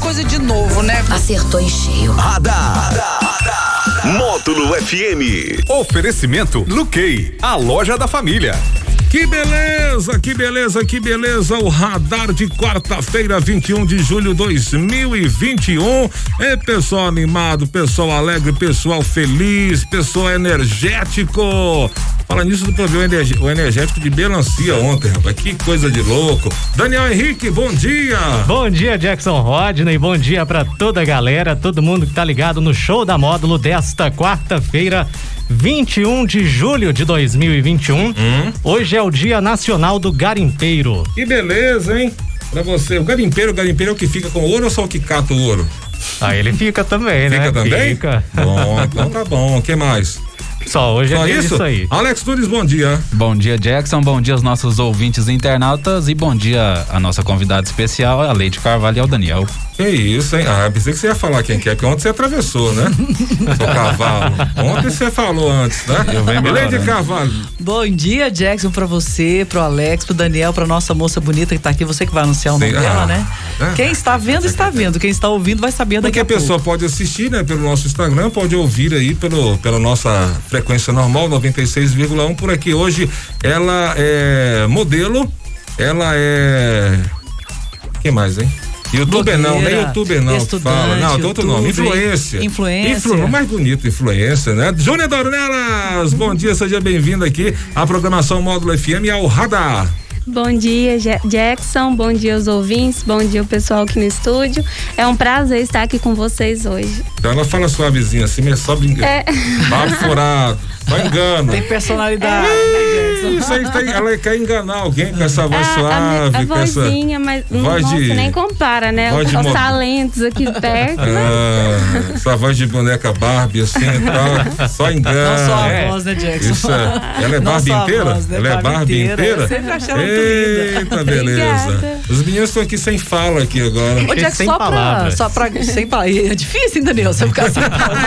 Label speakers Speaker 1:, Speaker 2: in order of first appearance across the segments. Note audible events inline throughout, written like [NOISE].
Speaker 1: coisa de novo, né?
Speaker 2: Acertou em cheio.
Speaker 3: Radar. Módulo FM.
Speaker 4: Oferecimento Luquei, a loja da família.
Speaker 5: Que beleza, que beleza, que beleza. O radar de quarta-feira, 21 de julho de 2021. É pessoal animado, pessoal alegre, pessoal feliz, pessoal energético. Fala nisso do problema energ- o energético de Melancia ontem, rapaz. Que coisa de louco. Daniel Henrique, bom dia.
Speaker 6: Bom dia, Jackson Rodney. Bom dia pra toda a galera, todo mundo que tá ligado no show da módulo desta quarta-feira, 21 de julho de 2021.
Speaker 5: Uhum.
Speaker 6: Hoje é o Dia Nacional do Garimpeiro.
Speaker 5: Que beleza, hein? Pra você, o garimpeiro, o garimpeiro é o que fica com ouro ou só o que cata o ouro?
Speaker 6: Ah, ele fica também, né?
Speaker 5: Fica também?
Speaker 6: Fica.
Speaker 5: Bom, então tá bom. O que mais?
Speaker 6: Só hoje
Speaker 5: Só
Speaker 6: é dia
Speaker 5: isso?
Speaker 6: disso aí.
Speaker 5: Alex Tunes, bom dia.
Speaker 7: Bom dia, Jackson. Bom dia aos nossos ouvintes e internautas. E bom dia à nossa convidada especial, a Leide Carvalho e ao Daniel.
Speaker 5: Que isso, hein? Ah, pensei que você ia falar quem que é, porque ontem você atravessou, [LAUGHS] né? Seu cavalo. Ontem você falou antes, né? Eu
Speaker 7: venho
Speaker 5: Helene
Speaker 7: melhorando.
Speaker 5: Carvalho.
Speaker 1: Bom dia, Jackson, pra você, pro Alex, pro Daniel, pra nossa moça bonita que tá aqui. Você que vai anunciar o nome
Speaker 5: Sim, ah,
Speaker 1: dela,
Speaker 5: [LAUGHS]
Speaker 1: né?
Speaker 5: é.
Speaker 1: Quem está vendo, está vendo. Quem está ouvindo, vai saber É daqui
Speaker 5: Porque a
Speaker 1: a pouco.
Speaker 5: pessoa pode assistir, né, pelo nosso Instagram, pode ouvir aí pelo, pela nossa frequência normal, 96,1 por aqui. Hoje ela é modelo, ela é. Quem mais, hein? Youtuber não, nem
Speaker 1: Blogueira,
Speaker 5: youtuber não. que Fala.
Speaker 1: estudante,
Speaker 5: Não, tem outro
Speaker 1: youtuber,
Speaker 5: nome. Influência.
Speaker 1: influencer.
Speaker 5: Influ- mais bonito, influência, né? Júnior Dornelas, bom dia, seja bem-vindo aqui à programação Módulo FM e ao Radar.
Speaker 8: Bom dia, Ja- Jackson. Bom dia aos ouvintes. Bom dia o pessoal aqui no estúdio. É um prazer estar aqui com vocês hoje.
Speaker 5: Então ela fala suavezinha assim, mas só brincando.
Speaker 8: É.
Speaker 5: Papo furado, só engano.
Speaker 1: Tem personalidade.
Speaker 5: Isso aí tem, ela quer enganar alguém com essa voz
Speaker 8: Ah, a,
Speaker 5: suave,
Speaker 8: me- a
Speaker 5: com essa.
Speaker 8: vozinha, mas hum,
Speaker 5: voz
Speaker 8: nossa,
Speaker 5: de-
Speaker 8: nem compara, né?
Speaker 5: voz de
Speaker 8: Os
Speaker 5: mo-
Speaker 8: talentos
Speaker 5: [LAUGHS]
Speaker 8: aqui perto.
Speaker 5: Ah, essa voz de boneca Barbie, assim e tal. Só engana.
Speaker 1: Não só a
Speaker 5: É.
Speaker 1: voz, né, Jackson?
Speaker 5: Isso é. Ela é
Speaker 1: Não
Speaker 5: Barbie
Speaker 1: só a
Speaker 5: inteira?
Speaker 1: voz, né?
Speaker 5: Ela é Barbie inteira?
Speaker 1: Eu sempre achei
Speaker 6: É.
Speaker 1: ela tá muito linda.
Speaker 5: Eita, beleza.
Speaker 8: Obrigada.
Speaker 5: Os meninos estão aqui sem fala aqui agora.
Speaker 1: Ô, Jackson,
Speaker 6: Sem
Speaker 1: só pra,
Speaker 6: palavras.
Speaker 1: só pra. Sem pa- e É difícil, hein, Daniel? Você ficar sem
Speaker 6: [LAUGHS]
Speaker 1: palavras.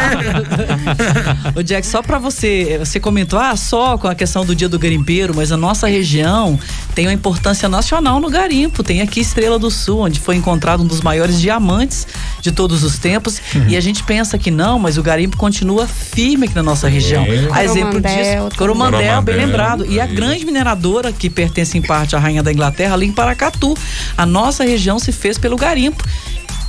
Speaker 1: Ô, Jack, só pra você. Você comentou, ah, só com a questão do dia do garimpeiro, mas a nossa região tem uma importância nacional no garimpo. Tem aqui Estrela do Sul, onde foi encontrado um dos maiores diamantes de todos os tempos.
Speaker 5: Uhum.
Speaker 1: E a gente pensa que não, mas o garimpo continua firme aqui na nossa região.
Speaker 5: É.
Speaker 1: A exemplo
Speaker 8: Coromandel
Speaker 1: disso, Coromandel, bem
Speaker 5: Coromandel, é
Speaker 1: lembrado. E a
Speaker 5: isso.
Speaker 1: grande grande mineradora que pertence em parte à Rainha da Inglaterra, ali em Paracatu. A nossa região se fez pelo garimpo.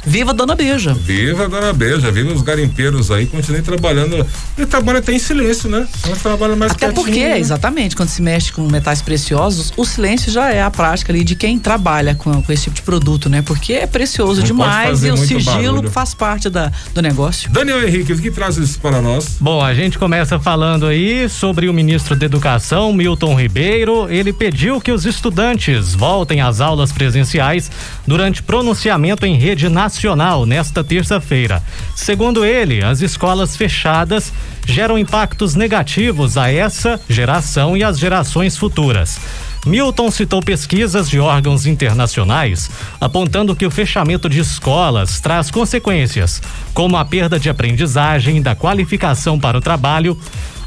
Speaker 1: Viva Dona Beja!
Speaker 5: Viva a Dona Beja, viva os garimpeiros aí, continuem trabalhando. E trabalha até em silêncio, né? Ela trabalha mais
Speaker 1: Até
Speaker 5: quietinha,
Speaker 1: porque, é
Speaker 5: né?
Speaker 1: exatamente, quando se mexe com metais preciosos, o silêncio já é a prática ali de quem trabalha com, com esse tipo de produto, né? Porque é precioso
Speaker 5: Não pode
Speaker 1: demais
Speaker 5: fazer
Speaker 1: e o
Speaker 5: muito
Speaker 1: sigilo
Speaker 5: barulho.
Speaker 1: faz parte da, do negócio.
Speaker 5: Daniel Henrique, o que traz isso para nós?
Speaker 6: Bom, a gente começa falando aí sobre o ministro da Educação, Milton Ribeiro. Ele pediu que os estudantes voltem às aulas presenciais durante pronunciamento em rede nacional nesta terça-feira. Segundo ele, as escolas fechadas geram impactos negativos a essa geração e às gerações futuras. Milton citou pesquisas de órgãos internacionais apontando que o fechamento de escolas traz consequências, como a perda de aprendizagem, da qualificação para o trabalho,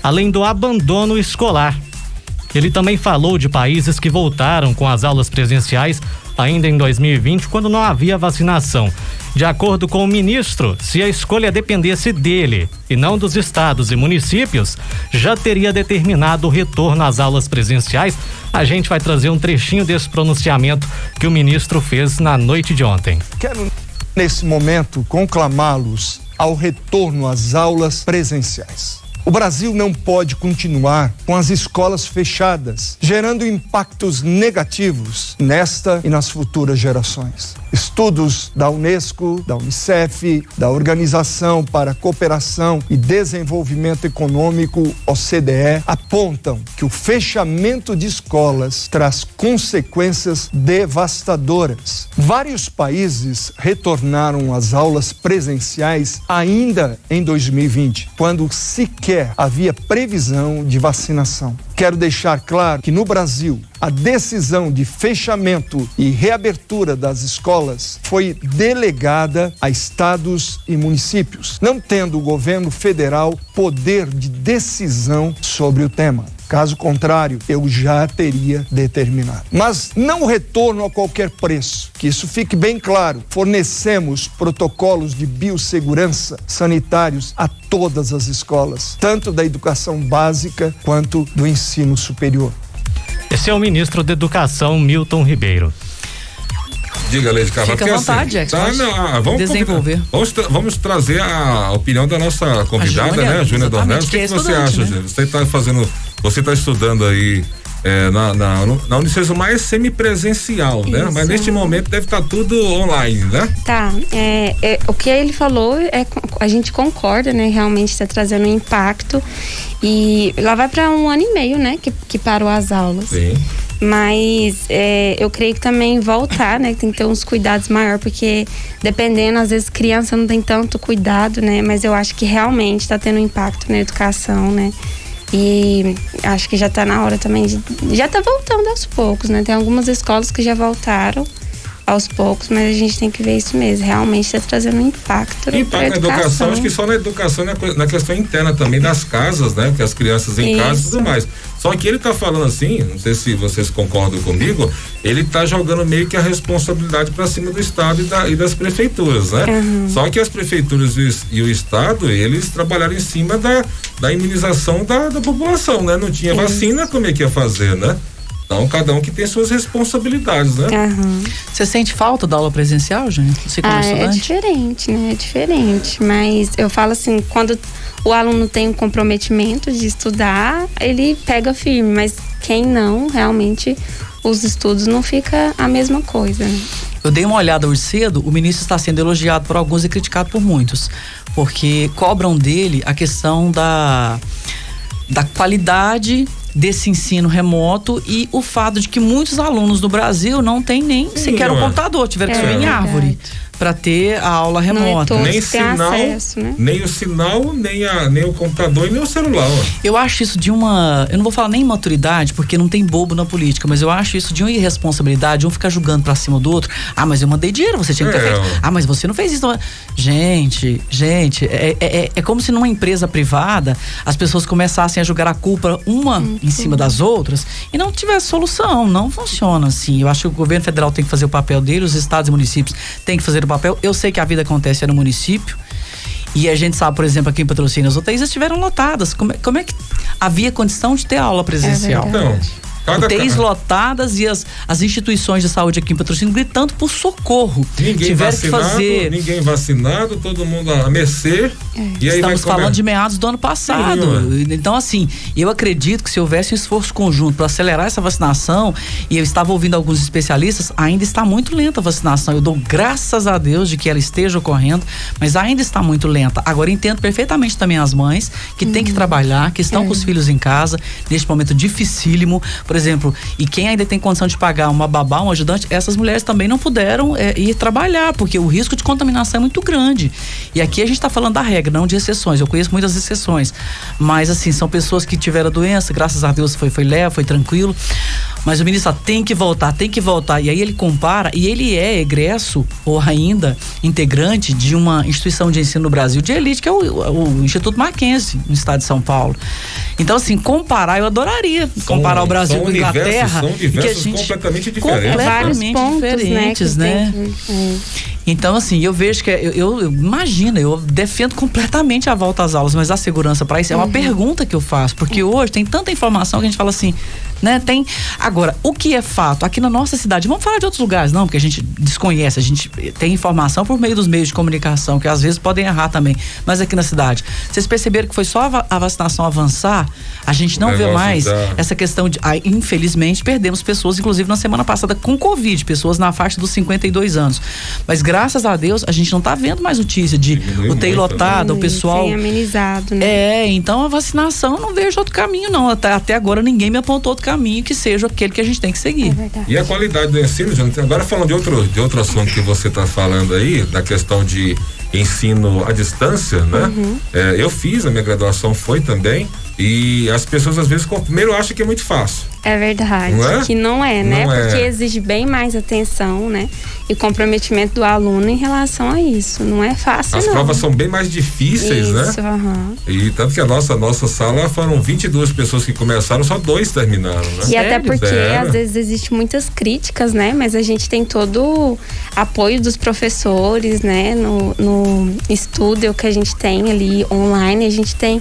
Speaker 6: além do abandono escolar. Ele também falou de países que voltaram com as aulas presenciais ainda em 2020, quando não havia vacinação. De acordo com o ministro, se a escolha dependesse dele e não dos estados e municípios, já teria determinado o retorno às aulas presenciais. A gente vai trazer um trechinho desse pronunciamento que o ministro fez na noite de ontem.
Speaker 9: Quero, nesse momento, conclamá-los ao retorno às aulas presenciais. O Brasil não pode continuar com as escolas fechadas, gerando impactos negativos nesta e nas futuras gerações. Estudos da Unesco, da Unicef, da Organização para a Cooperação e Desenvolvimento Econômico, OCDE, apontam que o fechamento de escolas traz consequências devastadoras. Vários países retornaram às aulas presenciais ainda em 2020, quando sequer havia previsão de vacinação. Quero deixar claro que no Brasil, a decisão de fechamento e reabertura das escolas foi delegada a estados e municípios, não tendo o governo federal poder de decisão sobre o tema. Caso contrário, eu já teria determinado. Mas não retorno a qualquer preço, que isso fique bem claro. Fornecemos protocolos de biossegurança sanitários a todas as escolas, tanto da educação básica quanto do ensino superior.
Speaker 6: Esse é o ministro da Educação, Milton Ribeiro.
Speaker 5: Diga, Leide Carvalho.
Speaker 1: Fica à
Speaker 5: porque
Speaker 1: vontade, Jackson,
Speaker 5: tá,
Speaker 1: pode
Speaker 5: não, ah, vamos
Speaker 1: desenvolver.
Speaker 5: convidar- Vamos, tra- vamos trazer a opinião da nossa convidada,
Speaker 1: Júlia,
Speaker 5: né, Júlia
Speaker 1: exatamente,
Speaker 5: Dornelas. O que,
Speaker 1: que é
Speaker 5: que você
Speaker 1: estudante,
Speaker 5: acha,
Speaker 1: né?
Speaker 5: Júlia? Você está fazendo, você está estudando aí eh, na, na, no- na Unicesum, mas semipresencial, né? Mas
Speaker 8: Isso.
Speaker 5: neste momento deve estar tudo online, né?
Speaker 8: Tá, é, é, o que ele falou, é, co- a gente concorda, né? Realmente está trazendo um impacto. E lá vai para um ano e meio, né? Que, que parou as aulas.
Speaker 5: Sim.
Speaker 8: Mas é, eu creio que também voltar, né? que Tem que ter uns cuidados maior, porque dependendo, às vezes criança não tem tanto cuidado, né? Mas eu acho que realmente está tendo um impacto na educação, né? E acho que já está na hora também de. Já está voltando aos poucos, né? Tem algumas escolas que já voltaram aos poucos, mas a gente tem que ver isso mesmo. Realmente está trazendo um impacto, pra
Speaker 5: Impacto na educação, acho que só na educação, na, coi- na questão interna também das casas, né? Que as crianças em
Speaker 8: Isso.
Speaker 5: casa e tudo mais. Só que ele tá falando assim, não sei se vocês concordam comigo, ele tá jogando meio que a responsabilidade para cima do Estado e, da- e das prefeituras, né? Só que as prefeituras e, o es- e o Estado, eles trabalharam em cima da, da imunização da, da população, né? Não tinha vacina, como é que ia fazer, né? Então, cada um que tem suas responsabilidades, né?
Speaker 8: Aham.
Speaker 1: Você sente falta da aula presencial, gente? Você como
Speaker 8: Ah, é
Speaker 1: estudante?
Speaker 8: diferente, né? É diferente. Mas eu falo assim, quando o aluno tem um comprometimento de estudar, ele pega firme. Mas quem não, realmente, os estudos não fica a mesma coisa. né?
Speaker 1: Eu dei uma olhada hoje cedo, o ministro está sendo elogiado por alguns e criticado por muitos, porque cobram dele a questão da, da qualidade desse ensino remoto e o fato de que muitos alunos do Brasil não têm nem sequer um
Speaker 5: ué.
Speaker 1: computador, tiveram que
Speaker 8: É,
Speaker 1: subir em
Speaker 8: verdade.
Speaker 1: árvore para ter a aula
Speaker 8: é
Speaker 1: remota.
Speaker 8: todo.
Speaker 5: Nem
Speaker 8: Todos têm
Speaker 5: sinal,
Speaker 8: acesso, né?
Speaker 5: nem o sinal, nem, a, nem o computador e nem o celular. ó.
Speaker 1: Eu acho isso de uma. Eu não vou falar nem maturidade, porque não tem bobo na política, mas eu acho isso de uma irresponsabilidade, um ficar julgando pra cima do outro. Ah, mas eu mandei dinheiro, você tinha que ter
Speaker 5: É,
Speaker 1: feito.
Speaker 5: ó.
Speaker 1: Ah, mas você não fez isso. não." Gente, gente, é, é- é- é como se numa empresa privada as pessoas começassem a jogar a culpa uma em cima das outras e não tivesse solução. Não funciona assim. Eu acho que o governo federal tem que fazer o papel dele, os estados e municípios têm que fazer o papel. Eu sei que a vida acontece no município. E a gente sabe, por exemplo, aqui em Patrocínio, as UTIs estiveram lotadas. Como, é- como é que havia condição de ter aula presencial?
Speaker 8: É verdade.
Speaker 5: Então, cada
Speaker 1: UTIs
Speaker 5: ca-
Speaker 1: lotadas e as, as instituições de saúde aqui em Patrocínio gritando por socorro.
Speaker 5: Ninguém
Speaker 1: Tiveram que
Speaker 5: vacinado,
Speaker 1: fazer.
Speaker 5: ninguém vacinado, todo mundo a mercê. E
Speaker 8: É.
Speaker 5: aí vai
Speaker 1: Estamos
Speaker 5: comer.
Speaker 1: falando de meados do ano passado.
Speaker 5: Sim,
Speaker 1: então, assim, eu acredito que se houvesse um esforço conjunto para acelerar essa vacinação, e eu estava ouvindo alguns especialistas, ainda está muito lenta a vacinação. Eu dou graças a Deus de que ela esteja ocorrendo, mas ainda está muito lenta. Agora, entendo perfeitamente também as mães que têm que trabalhar, que estão com os filhos em casa, neste momento dificílimo, por exemplo, e quem ainda tem condição de pagar uma babá, um ajudante, essas mulheres também não puderam é, ir trabalhar, porque o risco de contaminação é muito grande. E aqui a gente está falando da regra, não de exceções. Eu conheço muitas exceções. Mas, assim, são pessoas que tiveram a doença, graças a Deus foi, foi leve, foi tranquilo. Mas o ministro fala, tem que voltar, tem que voltar. E aí ele compara, e ele é egresso, ou ainda integrante de uma instituição de ensino no Brasil de elite, que é o, o Instituto Mackenzie, no estado de São Paulo. Então, assim, comparar, eu adoraria
Speaker 5: São-
Speaker 1: comparar o Brasil
Speaker 5: são
Speaker 1: com a Inglaterra.
Speaker 5: universos- são
Speaker 1: e que a
Speaker 5: universos
Speaker 1: gente-
Speaker 5: completamente diferentes. né?
Speaker 8: É vários
Speaker 1: Completamente
Speaker 8: pontos,
Speaker 1: diferentes,
Speaker 8: né?
Speaker 1: né?
Speaker 8: que tem que- é.
Speaker 1: Então, assim, eu vejo que. é- Eu, eu, eu imagino, eu defendo completamente a volta às aulas, mas a segurança para isso é uma pergunta que eu faço, porque hoje tem tanta informação que a gente fala assim, né? Tem. Agora, o que é fato? Aqui na nossa cidade, vamos falar de outros lugares, não, porque a gente desconhece, a gente tem informação por meio dos meios de comunicação, que às vezes podem errar também, mas aqui na cidade. Vocês perceberam que foi só a va- a vacinação avançar, a gente não vê
Speaker 5: negócio
Speaker 1: mais
Speaker 5: tá-
Speaker 1: essa questão de. ah, infelizmente, perdemos pessoas, inclusive na semana passada, com Covid, pessoas na faixa dos 52 anos. Mas graças a Deus, a gente não tá vendo mais notícia de
Speaker 5: Diminuiu
Speaker 1: UTI
Speaker 5: muito, né?
Speaker 1: lotada, o Ah, pessoal.
Speaker 8: Tem amenizado, né?
Speaker 1: É, então a vacinação eu não vejo outro caminho, não. Até, até agora ninguém me apontou outro caminho que seja aquele que a gente tem que seguir.
Speaker 8: É verdade.
Speaker 5: E a qualidade do ensino, Jonathan, agora falando de outro, de outro assunto que você está falando aí, da questão de ensino à distância, né?
Speaker 8: Uhum.
Speaker 5: É, eu fiz, a minha graduação foi também, e as pessoas às vezes, com- primeiro, acham que é muito fácil.
Speaker 8: É verdade.
Speaker 5: Não é?
Speaker 8: Que não é, né?
Speaker 5: Não é.
Speaker 8: Porque exige bem mais atenção, né? E comprometimento do aluno em relação a isso. Não é fácil,
Speaker 5: As
Speaker 8: não.
Speaker 5: provas são bem mais difíceis,
Speaker 8: isso,
Speaker 5: né?
Speaker 8: aham.
Speaker 5: E tanto que a nossa, nossa sala foram 22 pessoas que começaram, só dois terminaram, né?
Speaker 8: E até porque
Speaker 5: Zero.
Speaker 8: às vezes existem muitas críticas, né? Mas a gente tem todo o apoio dos professores, né? No, no estúdio que a gente tem ali online, a gente tem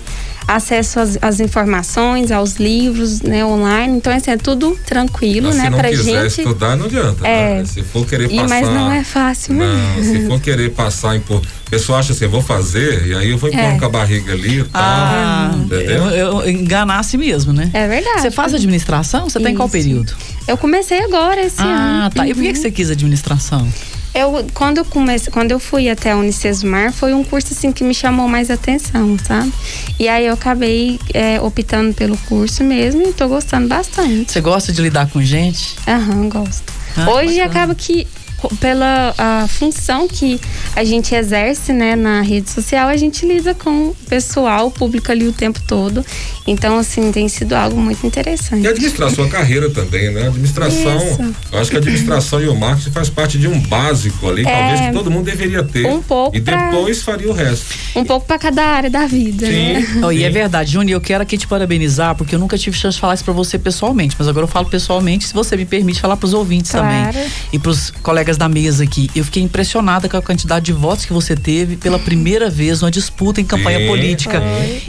Speaker 8: acesso às, às informações, aos livros, né? Online. Então, assim, é tudo tranquilo,
Speaker 5: Mas
Speaker 8: né?
Speaker 5: Ah, Se não
Speaker 8: Pra
Speaker 5: quiser
Speaker 8: gente.
Speaker 5: estudar, não adianta.
Speaker 8: É.
Speaker 5: né? Se for querer
Speaker 8: E,
Speaker 5: passar.
Speaker 8: mas não é fácil, né?
Speaker 5: Não, se for querer passar em. por- A pessoa acha assim, eu vou fazer, e aí eu vou empurrar
Speaker 8: É.
Speaker 5: com a barriga ali e tal.
Speaker 1: Ah,
Speaker 5: entendeu?
Speaker 1: eu- eu enganasse mesmo, né?
Speaker 8: É verdade.
Speaker 1: Você faz administração? Você tá em qual
Speaker 8: Isso. uhum.
Speaker 1: período?
Speaker 8: Eu comecei agora esse ano.
Speaker 1: Ah, tá. E por que, que você quis administração?
Speaker 8: Eu, quando, eu comecei, quando eu fui até a Unicesumar, foi um curso assim que me chamou mais atenção, sabe? E aí eu acabei é, optando pelo curso mesmo e tô gostando bastante.
Speaker 1: Você gosta de lidar com gente?
Speaker 8: Aham, gosto.
Speaker 1: Ah,
Speaker 8: Hoje
Speaker 1: bacana.
Speaker 8: acaba que co- pela a função que a gente exerce né, na rede social, a gente lida com o pessoal, o público ali o tempo todo. Então, assim, tem sido algo muito interessante.
Speaker 5: E administrar sua carreira também, né? Administração.
Speaker 8: Isso.
Speaker 5: Eu acho que a administração e o marketing faz parte de um básico ali, talvez que todo mundo deveria ter.
Speaker 8: É. um pouco
Speaker 5: E
Speaker 8: pra-
Speaker 5: depois faria o resto.
Speaker 8: Um pouco para cada área da vida, né?
Speaker 1: [LAUGHS] Oh, e é
Speaker 5: sim.
Speaker 1: verdade, Júnior, eu quero aqui te parabenizar, porque eu nunca tive chance de falar isso pra você pessoalmente, mas agora eu falo pessoalmente, se você me permite falar pros ouvintes
Speaker 8: Claro.
Speaker 1: também. E pros colegas da mesa aqui. Eu fiquei impressionada com a quantidade de votos que você teve pela primeira vez numa disputa em campanha
Speaker 5: Sim.
Speaker 1: política.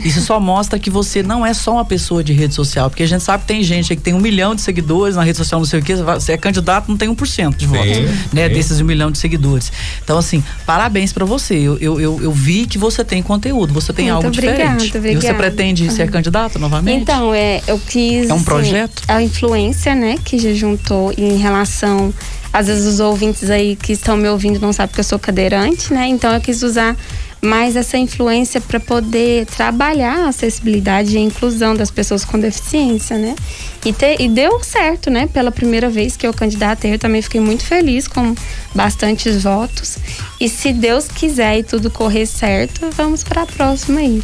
Speaker 1: Isso só mostra que você não é só uma pessoa de rede social, porque a gente sabe que tem gente aí que tem um milhão de seguidores na rede social, não sei o quê, você vai- você é candidato, não tem 1% de voto, né?
Speaker 5: sim.
Speaker 1: Desses um milhão de seguidores. Então, assim, parabéns pra você. Eu, eu, eu, eu vi que você tem conteúdo, você tem
Speaker 8: Muito
Speaker 1: algo
Speaker 8: obrigada,
Speaker 1: diferente. E você
Speaker 8: obrigada. Ah.
Speaker 1: pretende ser candidato novamente?
Speaker 8: Então, é, eu quis.
Speaker 1: É um
Speaker 8: assim,
Speaker 1: projeto?
Speaker 8: a influência, né, que já juntou em relação. Às vezes os ouvintes aí que estão me ouvindo não sabem que eu sou cadeirante, né? Então eu quis usar mais essa influência para poder trabalhar a acessibilidade e a inclusão das pessoas com deficiência, né? E, te- e deu certo, né? Pela primeira vez que eu candidatei, eu também fiquei muito feliz com bastantes votos. E se Deus quiser e tudo correr certo, vamos para a próxima aí.